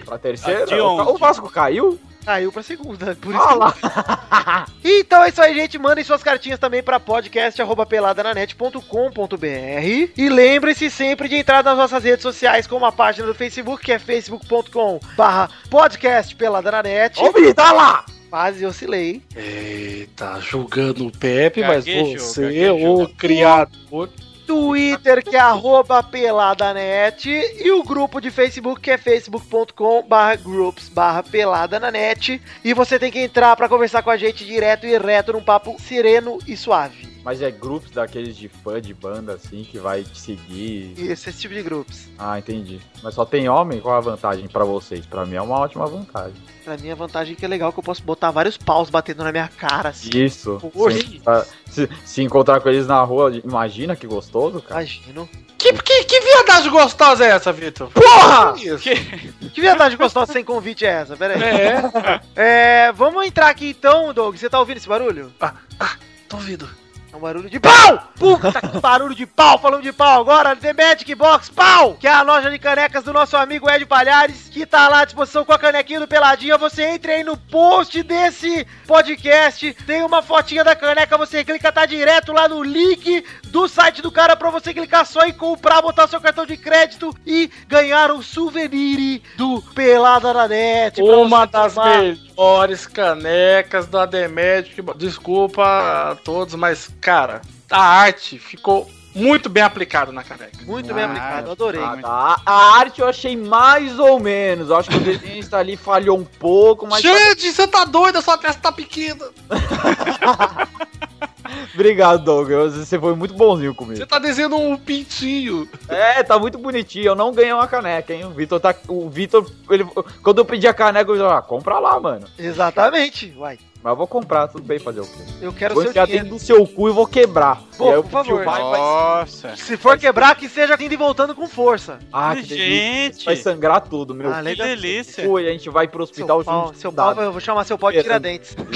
Speaker 1: Pra terceira,
Speaker 8: De
Speaker 1: o,
Speaker 8: onde?
Speaker 1: o Vasco caiu?
Speaker 5: Caiu pra segunda, por isso.
Speaker 1: Ah lá.
Speaker 5: Então é isso aí, gente. Mandem suas cartinhas também pra podcast.peladananet.com.br E lembre-se sempre de entrar nas nossas redes sociais, como a página do Facebook, que é facebook.com barra podcast peladananet.
Speaker 1: Ô, Bri, tá lá!
Speaker 5: Quase eu oscilei.
Speaker 9: Eita, julgando o Pepe, mas
Speaker 8: Gaguejou,
Speaker 9: você,
Speaker 8: gaguejou.
Speaker 9: ô criador.
Speaker 5: Twitter, que é arroba peladanet, e o grupo de Facebook, que é facebook.com barra groups barra peladananet. E você tem que entrar pra conversar com a gente direto e reto num papo sereno e suave.
Speaker 1: Mas é grupos daqueles de fã de banda, assim, que vai te seguir.
Speaker 5: E Esse, esse tipo de grupos.
Speaker 1: Ah, entendi. Mas só tem homem? Qual a vantagem pra vocês? Pra mim é uma ótima vantagem.
Speaker 5: Pra mim, a vantagem é que é legal que eu posso botar vários paus batendo na minha cara, assim.
Speaker 1: Isso.
Speaker 5: Poxa.
Speaker 1: Se, ah, se- se encontrar com eles na rua, imagina que gostoso, cara.
Speaker 5: Imagino.
Speaker 9: Que, que, que viadagem gostosa é essa, Vitor?
Speaker 1: Porra!
Speaker 9: Que isso?
Speaker 5: Que verdade gostosa sem convite é essa? Pera aí.
Speaker 9: É.
Speaker 5: É, vamos entrar aqui então, Doug. Você tá ouvindo esse barulho?
Speaker 9: Tô ouvindo.
Speaker 5: É um barulho de pau! Puta que barulho de pau! Falamos de pau agora, The Magic Box Pau! Que é a loja de canecas do nosso amigo Ed Palhares, que tá lá à disposição com a canequinha do Peladinha. Você entra aí no post desse podcast, tem uma fotinha da caneca, você clica, tá direto lá no link do site do cara pra você clicar só e comprar, botar seu cartão de crédito e ganhar um souvenir do Pelada na Net. pra
Speaker 9: Uma
Speaker 5: você
Speaker 9: das
Speaker 5: tomar.
Speaker 9: melhores canecas da Demédio. Desculpa a todos, mas, cara, a arte ficou muito bem aplicada na caneca.
Speaker 5: Muito bem
Speaker 8: Ah,
Speaker 5: aplicado, adorei.
Speaker 1: Ah, tá. A, arte eu achei mais ou menos. Eu acho que o desenhista ali falhou um pouco, mas.
Speaker 9: Gente, você tá doida, sua testa tá pequena.
Speaker 1: Obrigado, Doug. Eu- Você foi muito bonzinho comigo.
Speaker 9: Você tá desenhando um pintinho.
Speaker 1: É, tá muito bonitinho. Eu não ganhei uma caneca, hein? O Vitor tá. O Vitor. Ele... Quando eu pedi a caneca, eu falei, ah, compra lá, mano.
Speaker 5: Exatamente, vai.
Speaker 1: Mas eu vou comprar, tudo bem fazer o quê?
Speaker 5: Eu quero
Speaker 1: Vou
Speaker 5: seu
Speaker 1: enfiar
Speaker 5: dinheiro.
Speaker 1: dentro do seu cu e vou quebrar.
Speaker 5: Pô,
Speaker 1: E aí eu
Speaker 5: por favor.
Speaker 1: filmar e vai-
Speaker 8: Nossa.
Speaker 5: Se for quebrar, que seja indo e voltando com força.
Speaker 1: Ah, que delícia.
Speaker 8: Gente,
Speaker 1: Vai sangrar tudo, meu.
Speaker 5: Ah,
Speaker 8: que
Speaker 5: legal.
Speaker 8: delícia.
Speaker 1: cu e a gente vai pro hospital
Speaker 5: seu pau,
Speaker 1: junto.
Speaker 5: seu pau, eu vou chamar seu pau de
Speaker 1: É,
Speaker 5: Tiradentes.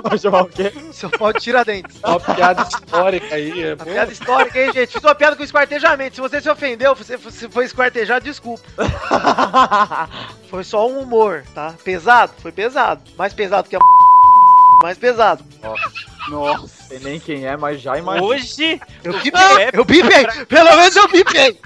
Speaker 1: Vai chamar o quê?
Speaker 5: Seu pau de Tiradentes.
Speaker 9: Uma piada histórica aí. É
Speaker 5: A piada histórica, hein, gente? Fiz uma piada com esquartejamento. Se você se ofendeu, você você foi esquartejado, desculpa. Foi só um humor, tá? Pesado? Foi pesado. Mais pesado que a mais pesado.
Speaker 1: Nossa. Sei nem quem é, mas já imagina.
Speaker 8: Hoje,
Speaker 5: Eu bipei, eu bipei, pelo menos eu bipei.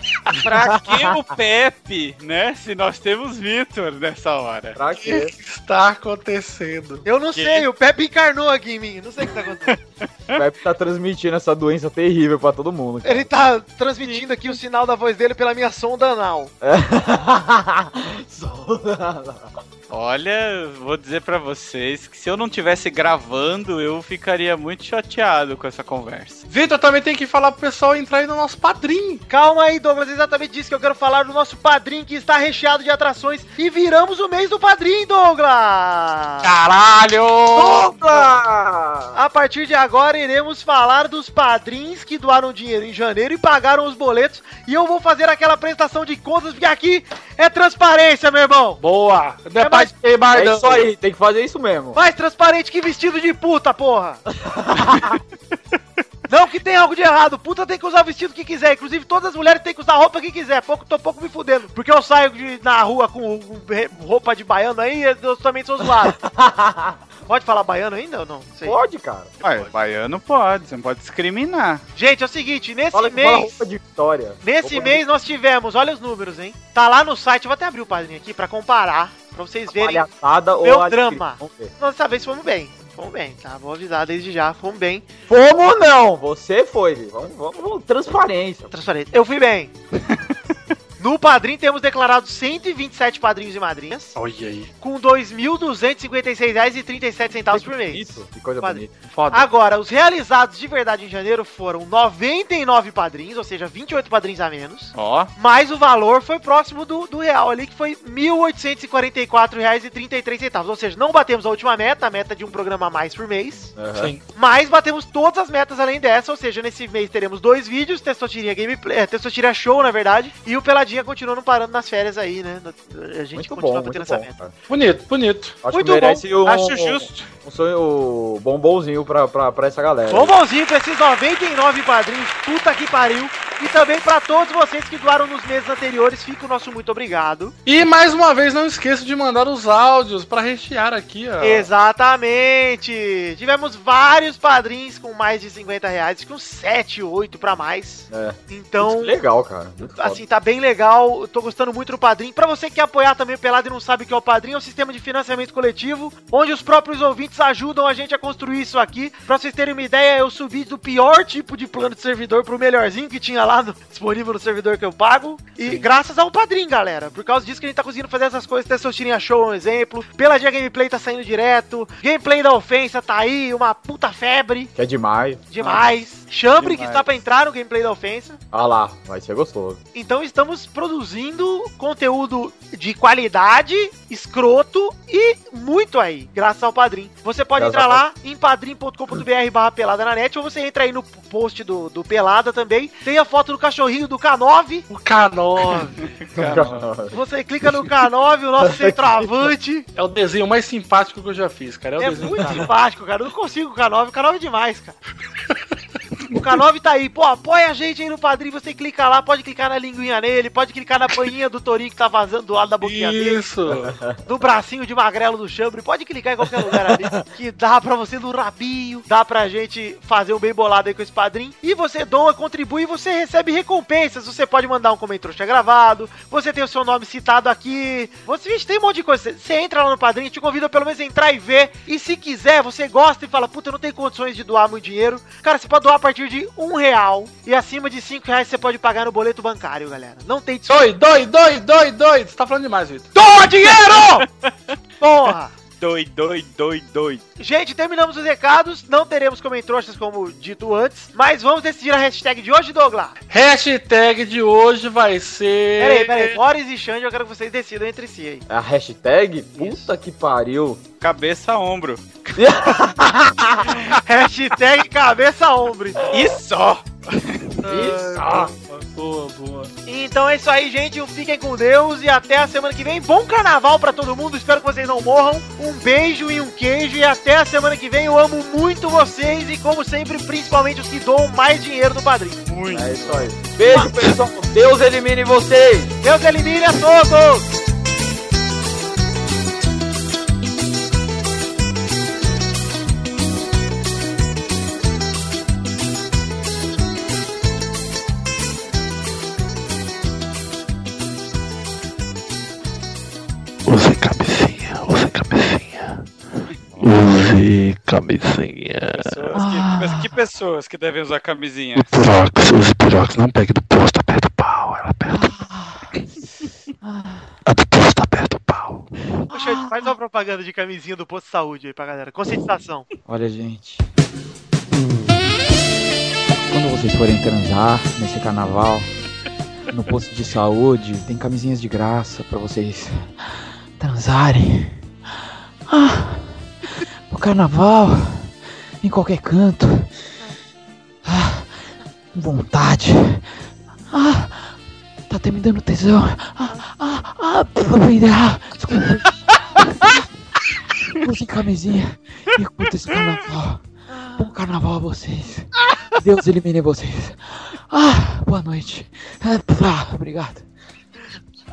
Speaker 8: pra que o Pepe, né? Se nós temos Vitor nessa hora.
Speaker 1: Pra
Speaker 9: O
Speaker 1: quê?
Speaker 9: que está acontecendo?
Speaker 5: Eu não sei, o Pepe encarnou aqui em mim, não sei o que tá acontecendo.
Speaker 1: O Pepe tá transmitindo essa doença terrível pra todo mundo. cara.
Speaker 5: Ele tá transmitindo aqui o sinal da voz dele pela minha sonda anal. tá-
Speaker 1: Só-
Speaker 8: Olha, vou dizer pra vocês que se eu não tivesse gravando, eu ficaria muito chateado com essa conversa.
Speaker 9: Vitor, também tem que falar pro pessoal entrar aí no nosso padrinho.
Speaker 5: Calma aí, Douglas, exatamente disso que eu quero falar do nosso padrinho que está recheado de atrações e viramos o mês do padrinho, Douglas!
Speaker 9: Caralho!
Speaker 1: Opa!
Speaker 5: A partir de agora iremos falar dos padrinhos que doaram dinheiro em janeiro e pagaram os boletos e eu vou fazer aquela prestação de contas porque aqui é transparência, meu irmão!
Speaker 9: Boa! Não é,
Speaker 5: É
Speaker 9: mais...
Speaker 1: É isso aí, tem que fazer isso mesmo.
Speaker 5: Mais transparente que vestido de puta, porra! Não que tem algo de errado, puta tem que usar o vestido que quiser, inclusive todas as mulheres têm que usar a roupa que quiser, pouco tô pouco me fudendo, porque eu saio de- na rua com ro- roupa de baiano aí, eu também sou zoado. Pode falar baiano ainda ou não? Não sei.
Speaker 1: Pode, cara.
Speaker 8: Ué, baiano pode, você não pode discriminar.
Speaker 5: Gente, é o seguinte, nesse
Speaker 8: Fala-
Speaker 5: mês.
Speaker 8: fala roupa de
Speaker 1: vitória.
Speaker 5: Nesse mês nós tivemos, olha os números, hein? Tá lá no site, eu vou até abrir o padrinho aqui pra comparar, pra vocês verem.
Speaker 1: Palhaçada ou
Speaker 5: meu
Speaker 1: a-
Speaker 5: drama.
Speaker 1: Vamos ver.
Speaker 5: Dessa vez fomos bem. Fomos bem, tá? Vou avisar desde já, fomos bem.
Speaker 1: Fomos ou não? Você foi, Li. vamos, vamos, vamos, transparência.
Speaker 5: Transparência. Eu fui bem. No padrinho temos declarado 127 padrinhos e madrinhas.
Speaker 9: Olha aí.
Speaker 5: Com R$ 2.256,37 por mês.
Speaker 1: Isso, que coisa
Speaker 5: Padrinho.
Speaker 1: bonita.
Speaker 5: Agora, os realizados de verdade em janeiro foram 99 padrinhos, ou seja, 28 padrinhos a menos.
Speaker 8: Ó.
Speaker 5: Mas o valor foi próximo do, do real ali, que foi R$ 1.844,33. Ou seja, não batemos a última meta, a meta de um programa a mais por mês.
Speaker 9: Sim.
Speaker 5: Mas batemos todas as metas além dessa, ou seja, nesse mês teremos dois vídeos, Testotirinha Gameplay, eh, Testotirinha Show, na verdade, e o Peladinha continua não parando nas férias aí, né? A gente continua
Speaker 1: bom,
Speaker 5: batendo
Speaker 1: muito
Speaker 5: essa
Speaker 1: bom,
Speaker 5: meta.
Speaker 1: cara.
Speaker 9: Bonito, bonito.
Speaker 1: Acho
Speaker 5: Muito
Speaker 1: que merece
Speaker 5: bom,
Speaker 1: um,
Speaker 5: acho justo.
Speaker 1: Um sonho bombonzinho pra, pra, pra essa galera. é
Speaker 5: Bom bonzinho pra esses 99 padrinhos, puta que pariu. E também pra todos vocês que doaram nos meses anteriores, fica o nosso muito obrigado.
Speaker 9: E mais uma vez, não esqueça de mandar os áudios pra rechear aqui,
Speaker 1: Ah.
Speaker 9: ó.
Speaker 5: Exatamente! Tivemos vários padrinhos com mais de 50 reais, acho que uns 7, 8 pra mais.
Speaker 1: É.
Speaker 5: Então-
Speaker 1: Muito legal, cara. Muito foda.
Speaker 5: Assim, tá bem legal, eu tô gostando muito do Padrim. Pra você que quer apoiar também o Pelado e não sabe o que é o Padrim, é um sistema de financiamento coletivo, onde os próprios ouvintes ajudam a gente a construir isso aqui. Pra vocês terem uma ideia, eu subi do pior tipo de plano de servidor pro melhorzinho que tinha lá no- disponível no servidor que eu pago. E graças ao Padrim, galera. Por causa disso que a gente tá conseguindo fazer essas coisas, até seu tirinha show é um exemplo. Pela Dia Gameplay tá saindo direto. Gameplay da ofensa tá aí, uma puta febre.
Speaker 1: Que é demais.
Speaker 5: Demais. Chambre que
Speaker 1: demais.
Speaker 5: está pra entrar no Gameplay da ofensa.
Speaker 1: Ah lá, vai ser gostoso.
Speaker 5: Então estamos produzindo conteúdo de qualidade, escroto e muito aí, graças ao Padrim. Você pode
Speaker 1: Graças
Speaker 5: entrar
Speaker 1: ao
Speaker 5: lá em padrim.com.br barra pelada na net, ou você entra aí no post do, do Pelada também. Tem a foto do cachorrinho do K9.
Speaker 9: O K9.
Speaker 5: Você clica no K9, o nosso centroavante.
Speaker 9: É o desenho mais simpático que eu já fiz, cara. É, o
Speaker 5: É
Speaker 9: desenho
Speaker 5: muito
Speaker 9: do K9.
Speaker 5: simpático, cara. Eu não consigo o K9. O K9 é demais, cara. O K9 tá aí, pô, apoia a gente aí no Padrim, você clica lá, pode clicar na linguinha nele, pode clicar na paninha do Torinho que tá vazando do lado da boquinha dele.
Speaker 9: Isso.
Speaker 5: no bracinho de magrelo do chambre, pode clicar em qualquer lugar ali, que dá pra você no rabinho, dá pra gente fazer um bem bolado aí com esse padrinho, e você doa, contribui, e você recebe recompensas, você pode mandar um comentário gravado, você tem o seu nome citado aqui, você vixe, tem um monte de coisa, você entra lá no padrinho, te convida pelo menos a entrar e ver, e se quiser, você gosta e fala, puta, eu não tenho condições de doar muito dinheiro, cara, você pode doar a partir de um real, e acima de cinco reais você pode pagar no boleto bancário, galera, não tem desconto.
Speaker 9: Doi, doi, doi, doi, doi. Você tá falando demais, Vitor.
Speaker 5: Doa dinheiro! Porra!
Speaker 8: Doi, doi, doi, doi.
Speaker 5: Gente, terminamos os recados. Não teremos comentroxas, como dito antes. Mas vamos decidir a hashtag de hoje, Douglas.
Speaker 9: Hashtag de hoje vai ser.
Speaker 5: Peraí, peraí. Boris e Xande, eu quero que vocês decidam entre si aí.
Speaker 1: A hashtag? Puta que pariu.
Speaker 8: Cabeça, ombro.
Speaker 5: hashtag cabeça ombro.
Speaker 8: Isso! Só.
Speaker 1: Ah,
Speaker 9: Isso. Boa, boa.
Speaker 5: Então é isso aí, gente. Fiquem com Deus e até a semana que vem. Bom carnaval pra todo mundo. Espero que vocês não morram. Um beijo e um queijo. E até a semana que vem. Eu amo muito vocês e, como sempre, principalmente os que doam mais dinheiro no padrinho.
Speaker 1: É isso aí. Beijo, pessoal. Deus elimine vocês.
Speaker 5: Deus elimine a todos.
Speaker 6: Use cabecinha, use cabecinha. Use cabecinha.
Speaker 8: Pessoas que, mas que pessoas que devem usar camisinha?
Speaker 6: Pirox, use pirox, não pegue do posto, aperta o pau, ela aperta. A do posto aperta o pau.
Speaker 5: Poxa,
Speaker 1: Ah.
Speaker 5: faz uma propaganda de camisinha do posto de saúde aí pra galera. Conscientização.
Speaker 1: Olha, gente. Quando vocês forem transar nesse carnaval, no posto de saúde, tem camisinhas de graça pra vocês transarem. Ah, no carnaval, em qualquer canto. Ah, com vontade. Ah, tá até me dando tesão. Ah, ah, ah, peidar. Desculpa. Usem camisinha e curta esse carnaval. Bom carnaval a vocês. Deus elimine vocês. Ah, boa noite. Ah, obrigado.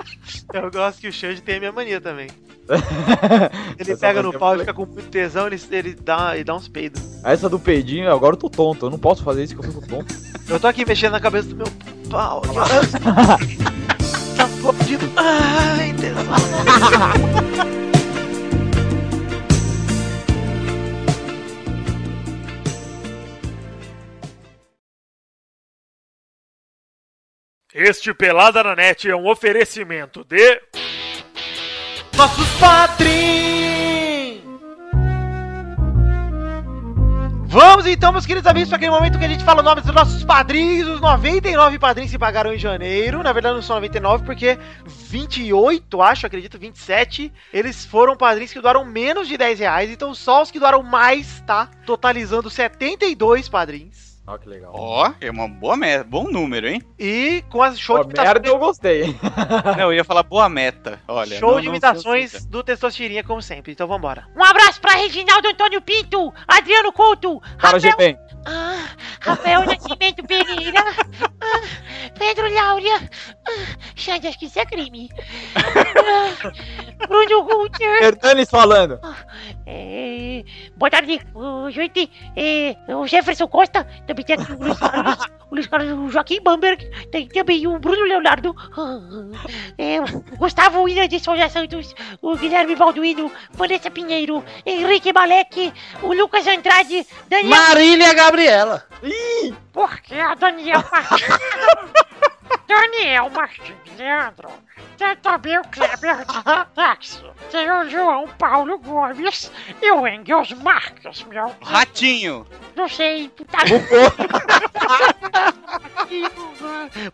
Speaker 5: Eu gosto que o Xande tem a minha mania também. Ele
Speaker 1: Essa
Speaker 5: pega
Speaker 1: vai
Speaker 5: no
Speaker 1: ser
Speaker 5: pau e
Speaker 1: flex.
Speaker 5: fica com muito tesão, ele, ele, dá, ele dá uns peidos.
Speaker 1: Essa do peidinho, agora eu tô tonto. Eu não posso fazer isso que eu fico tonto.
Speaker 5: Eu tô aqui mexendo na cabeça do meu pau. aqui, ó. tá fodido. Ai, tesão. Este Pelada na Net é um oferecimento de. Nossos patrins! Vamos então, meus queridos amigos, para aquele momento que a gente fala o nome dos nossos padrinhos. Os 99 padrinhos se pagaram em janeiro. Na verdade, não são 99, porque 28, acho, acredito, 27, eles foram padrinhos que doaram menos de 10 reais. Então, só os que doaram mais, tá? Totalizando 72 padrinhos.
Speaker 1: Ó, Ah, que legal.
Speaker 8: Ó, é uma boa meta, bom número, hein?
Speaker 5: E com as show de
Speaker 8: merda,
Speaker 1: eu gostei.
Speaker 8: não, eu ia falar boa meta. Olha.
Speaker 5: Show
Speaker 8: não-
Speaker 5: de
Speaker 8: não
Speaker 5: imitações do Testosterinha, como sempre. Então, vambora.
Speaker 7: Um abraço pra Reginaldo Antônio Pinto, Adriano Couto,
Speaker 1: Cara, gente, bem.
Speaker 7: Ah, Rafael Nascimento Pereira, ah, Pedro Laura, ah, Xande, acho que isso é crime. Ah, Bruno Guter.
Speaker 1: Hernanes falando.
Speaker 7: É, boa tarde, o gente, é, o Jefferson Costa, também tem aqui o Luiz Carlos, o Luiz Carlos, o Joaquim Bamberg, tem também o Bruno Leonardo, ah, é, o Gustavo William de Souza Santos, o Guilherme Balduino, Vanessa Pinheiro, Henrique Malek, o Lucas Andrade, Daniel...
Speaker 6: Marília Gabriela.
Speaker 7: Ih! Por que a Daniel Martins? Daniel Martins, Leandro. Tem também o Kleber de Táxi. Tem o João Paulo Gomes e o Engels Marques, meu.
Speaker 8: sei. Ratinho!
Speaker 7: Não sei. Tá...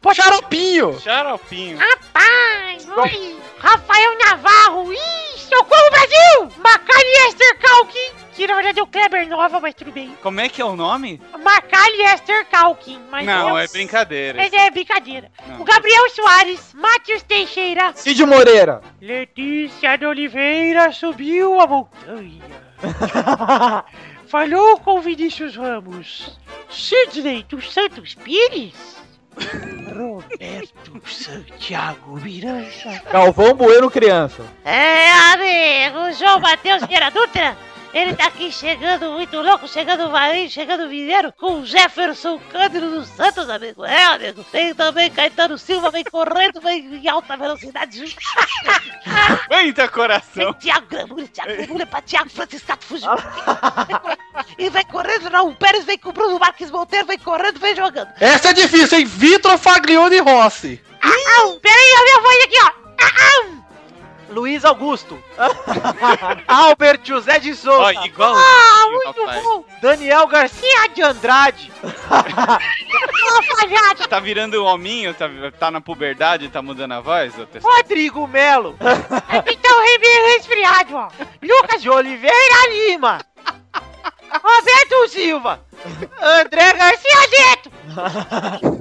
Speaker 5: Pô, xaropinho!
Speaker 8: Xaropinho!
Speaker 5: Ah!
Speaker 7: Rapaz, oi. Rafael Navarro, ih, socorro Brasil! Macari Esther Calkin, que na verdade é o Kleber Nova, mas tudo bem.
Speaker 8: Como é que é o nome?
Speaker 7: Macari Esther Calkin, mas
Speaker 8: não,
Speaker 7: eu-
Speaker 8: é brincadeira.
Speaker 7: Mas é brincadeira.
Speaker 8: Não.
Speaker 7: O Gabriel Soares, Matheus Teixeira,
Speaker 1: Cid Moreira.
Speaker 5: Letícia de Oliveira subiu a montanha. Falou com Vinícius Ramos.
Speaker 7: Sidney dos Santos Pires,
Speaker 5: Roberto Santiago Miranda.
Speaker 1: Galvão Bueno Criança.
Speaker 7: É, amigo, João Matheus Vieira Dutra. Ele tá aqui chegando muito louco, chegando varinho, chegando mineiro, com o Jefferson Cândido dos Santos, amigo. É, amigo. Tem também Caetano Silva, vem correndo, vem em alta velocidade.
Speaker 8: Eita,
Speaker 7: Vem
Speaker 8: coração!
Speaker 7: Tiago Gramulho, Tiago Gramulho pra Tiago Franciscato fugir. e vem correndo, Raul Pérez, vem com o Bruno Marques Monteiro, vem correndo, vem jogando.
Speaker 9: Essa é difícil, hein? Vitor Faglione Rossi.
Speaker 7: Ah, ah, peraí, a minha voz aqui, ó.
Speaker 5: Luiz Augusto. Albert José de Souza.
Speaker 8: Ó, igual-
Speaker 5: Ah, muito
Speaker 8: rapaz.
Speaker 5: bom. Daniel Garcia de Andrade.
Speaker 8: Tá virando um hominho? Tá, tá na puberdade? Tá mudando a voz? ô, Tess-
Speaker 5: Rodrigo Melo.
Speaker 7: Então, Ribeiro resfriado, ó.
Speaker 5: Lucas de Oliveira Lima. Roberto Silva. André Garcia Neto.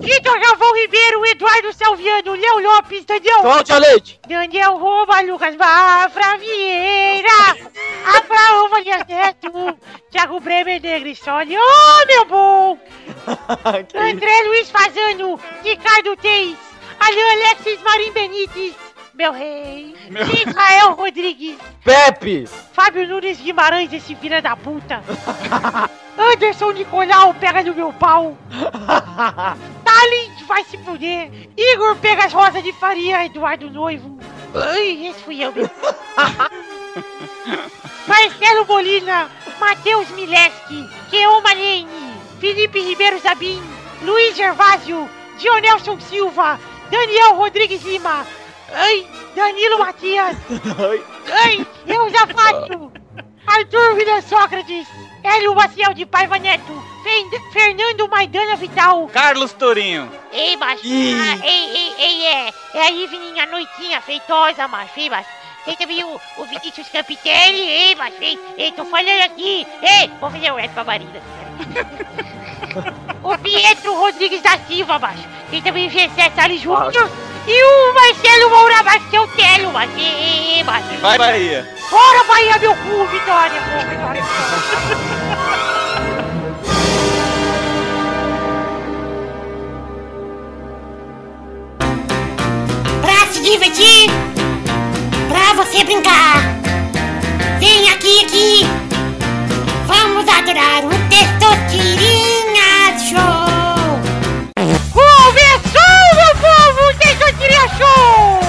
Speaker 7: Vitor Galvão Ribeiro, Eduardo Salviano, Léo Lopes, Daniel.
Speaker 1: Cláudia Leite.
Speaker 7: Daniel Roma, Lucas Mafra Vieira. Abraão Valias Neto. Thiago Bremer Negrissoli. Ô, meu bom!
Speaker 8: Ah,
Speaker 7: André Luiz Fazano, Ricardo Teis, Alain Alexis Marim Benites, meu rei, Israel Rodrigues,
Speaker 1: Pepe.
Speaker 7: Fábio Nunes Guimarães, esse filho da puta. Anderson Nicolau, pega no meu pau. Talent vai se fuder. Igor Pegas Rosa de Faria, Eduardo Noivo. Ai, esse fui eu mesmo. Marcelo Molina, Matheus Mileski, Keon Manene, Felipe Ribeiro Zabim, Luiz Gervásio, Dionelson Silva, Daniel Rodrigues Lima, ai, Danilo Matias, ai, eu já faço! Arthur William Sócrates, Hélio Maciel de Paiva Neto, Fen- Fernando Maidana Vital,
Speaker 8: Carlos Tourinho!
Speaker 7: Ei, macho!
Speaker 8: Ih.
Speaker 7: Ah, ei, ei, ei, é! É a evening, a noitinha feitosa, macho, ei, macho! Tem também o, o Vinícius Campitelli, ei, macho, ei, ei, tô falando aqui! Ei, vou fazer o Ed pra Marina. o Pietro Rodrigues da Silva, macho! Tem também o Gessé Salles Júnior e o Marcelo Moura, macho, que é o Telo, macho, ei, ei, ei, macho!
Speaker 8: Vai, Bahia!
Speaker 7: Bora, Bahia, meu cu, vitória, pô, vitória!
Speaker 14: Pra se divertir, pra você brincar. Kiki. Vamos adorar o Testotirinha Show.
Speaker 7: Começou, meu povo, deixa eu tirar show.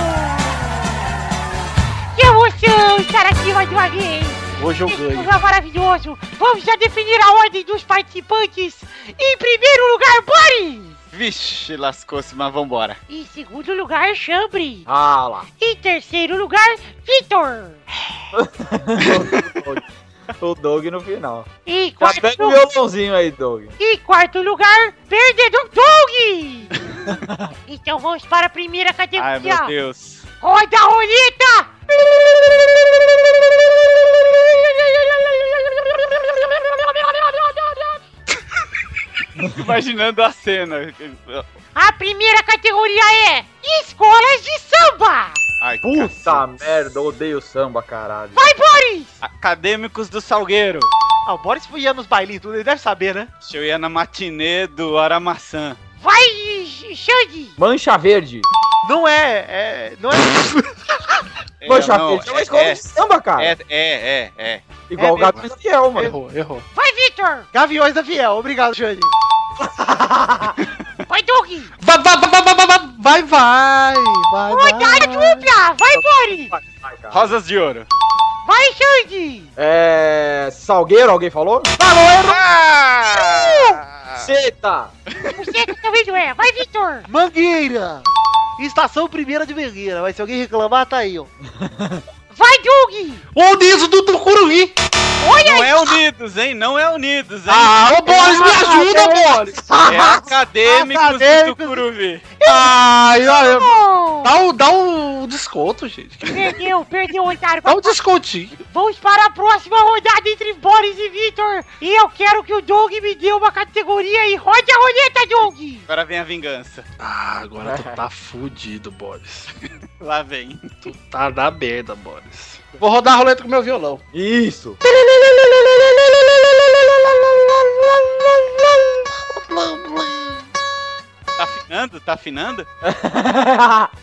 Speaker 7: Que emoção estar aqui mais uma vez.
Speaker 5: Hoje eu
Speaker 7: Esse
Speaker 5: ganho.
Speaker 7: programa maravilhoso. Vamos já definir a ordem dos participantes. Em primeiro lugar, Boris.
Speaker 8: Vixe, lascou-se, mas vambora.
Speaker 7: Em segundo lugar, Chambre.
Speaker 8: Ah lá.
Speaker 7: Em terceiro lugar, Vitor.
Speaker 1: O Doug no final.
Speaker 7: E
Speaker 8: Tá
Speaker 1: Já
Speaker 7: quarto,
Speaker 1: pega o violãozinho aí, Doug.
Speaker 7: e quarto lugar, perdedor Doug. então vamos para a primeira
Speaker 8: Ai,
Speaker 7: categoria.
Speaker 8: meu Deus.
Speaker 7: Roda a roleta!
Speaker 8: Imaginando a cena.
Speaker 7: A primeira categoria é Escolas de Samba!
Speaker 8: Ai,
Speaker 1: Puta merda, eu odeio samba, caralho.
Speaker 7: Vai, Boris!
Speaker 8: Acadêmicos do Salgueiro.
Speaker 5: Ah, o Boris ia nos bailinhos tudo, ele deve saber, né?
Speaker 8: Eu ia na matinê do Aramaçã.
Speaker 7: Vai, Xande!
Speaker 1: Mancha Verde.
Speaker 5: Não é, é. Não é.
Speaker 8: É,
Speaker 1: Mancha
Speaker 8: não,
Speaker 1: Verde é uma escola de samba, cara.
Speaker 8: É, é, é. é.
Speaker 1: Igual o Gato Fiel, mano.
Speaker 9: Errou, errou.
Speaker 7: Vai, Vitor!
Speaker 5: Gaviões da Fiel, obrigado, Xande.
Speaker 7: Vai, Doug!
Speaker 9: Ba- ba- ba- ba- ba- ba- ba- Vai, vai! Vai,
Speaker 7: Rodada dupla! Vai, Boris!
Speaker 8: Rosas de Ouro.
Speaker 7: Vai, Xande!
Speaker 1: É. Salgueiro, alguém falou? Falou, errou! Ceta!
Speaker 7: Você que também não é. Vai, Vitor!
Speaker 5: Mangueira! Estação primeira de Mangueira, mas se alguém reclamar, tá aí, ó.
Speaker 7: Vai, Doug!
Speaker 9: O Unidos do Tucuruí!
Speaker 8: Não é Unidos, hein? Não é Unidos, hein?
Speaker 9: Ah, ô Boris, me ajuda, Boris!
Speaker 8: É Acadêmicos, do Tucuruvi.
Speaker 9: Ai, olha. Dá um, dá um desconto, gente.
Speaker 7: Perdeu, perdeu o otário.
Speaker 9: Dá um descontinho.
Speaker 7: Vamos para a próxima rodada entre Boris e Vitor. E eu quero que o Doug me dê uma categoria e rode a roleta, Doug!
Speaker 8: Agora vem a vingança.
Speaker 9: Ah, agora tu tá fudido, Boris.
Speaker 8: Lá vem.
Speaker 9: Tu tá na merda, Boris. Vou rodar a roleta com meu violão.
Speaker 1: Isso!
Speaker 8: Tá afinando? Tá afinando?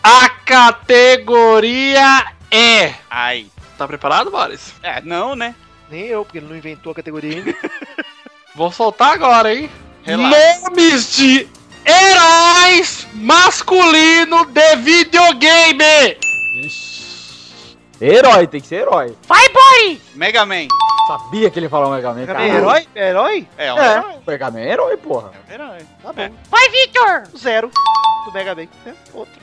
Speaker 9: A categoria é.
Speaker 8: Ai.
Speaker 9: Tá preparado, Boris?
Speaker 8: É, não, né?
Speaker 5: Nem eu, porque ele não inventou a categoria ainda.
Speaker 9: Vou soltar agora, hein?
Speaker 8: Relaxa.
Speaker 9: Nomes de heróis masculino de videogame.
Speaker 1: Herói, tem que ser herói.
Speaker 7: Vai, Boris!
Speaker 8: Mega Man.
Speaker 1: Sabia que ele falou Mega Man, cara.
Speaker 5: herói? É herói?
Speaker 8: É, um
Speaker 1: É, Mega Man é herói, porra.
Speaker 8: herói.
Speaker 5: Tá bom.
Speaker 7: Vai, Vitor!
Speaker 5: Zero. Do Mega Man. né? Outro.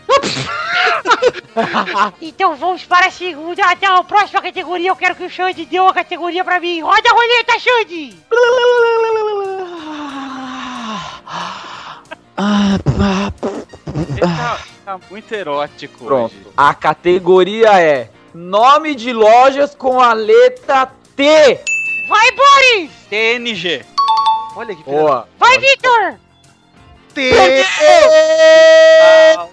Speaker 7: então vamos para a segunda, até a próxima categoria. Eu quero que o Xande dê uma categoria pra mim. Roda a roleta, Xande!
Speaker 8: Ele tá, tá muito erótico
Speaker 1: Pronto.
Speaker 8: hoje.
Speaker 1: A categoria é nome de lojas com a letra T.
Speaker 7: Vai, Boris!
Speaker 8: TNG.
Speaker 5: Olha que
Speaker 1: Boa.
Speaker 7: Vai, Vitor!
Speaker 1: É.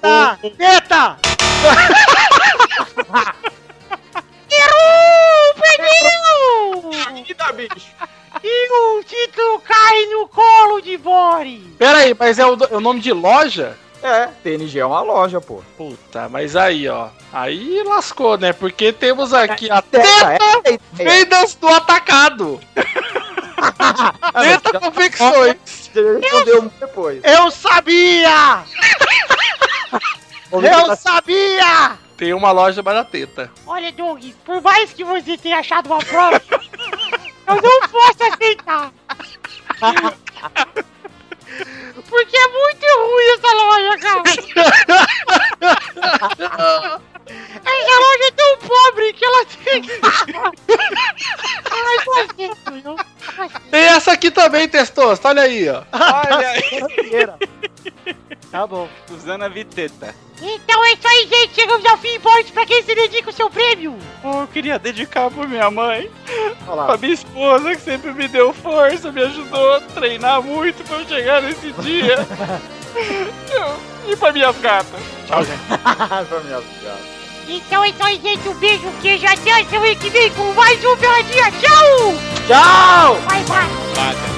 Speaker 5: Teta! Teta!
Speaker 7: Peru! Perdeu! E o título cai no colo de Boris!
Speaker 9: Pera aí, mas é o, do- é o nome de loja?
Speaker 1: É, TNG é uma loja, pô.
Speaker 9: Puta, mas aí, ó. Aí lascou, né? Porque temos aqui a
Speaker 1: Teta,
Speaker 9: teta vendas do atacado. teta confecções.
Speaker 1: Ele respondeu muito depois.
Speaker 5: Eu sabia! Eu sabia!
Speaker 9: Tem uma loja para teta.
Speaker 7: Olha, Doug, por mais que você tenha achado uma prova, eu não posso aceitar. Porque é muito ruim essa loja, cara. Essa loja é tão pobre que ela tem que. Ai, gostei, viu?
Speaker 9: Tem essa aqui também, Testosta. Olha aí, ó.
Speaker 8: Olha aí.
Speaker 5: Tá bom.
Speaker 8: Suzana Viteta.
Speaker 7: Então é isso aí, gente. Chegamos ao fim, Boris, pra quem se dedica o seu prêmio.
Speaker 8: Oh, eu queria dedicar pra minha mãe, pra minha esposa, que sempre me deu força, me ajudou a treinar muito pra eu chegar nesse dia. Eu- e pra minhas gatas.
Speaker 9: Tchau, gente.
Speaker 1: Foi minha piada.
Speaker 7: Então é isso aí, gente. Um beijo, queijo, até a semana que vem com mais um Peladinha. Tchau!
Speaker 1: Tchau!
Speaker 7: Bye, bye.
Speaker 8: Vaca.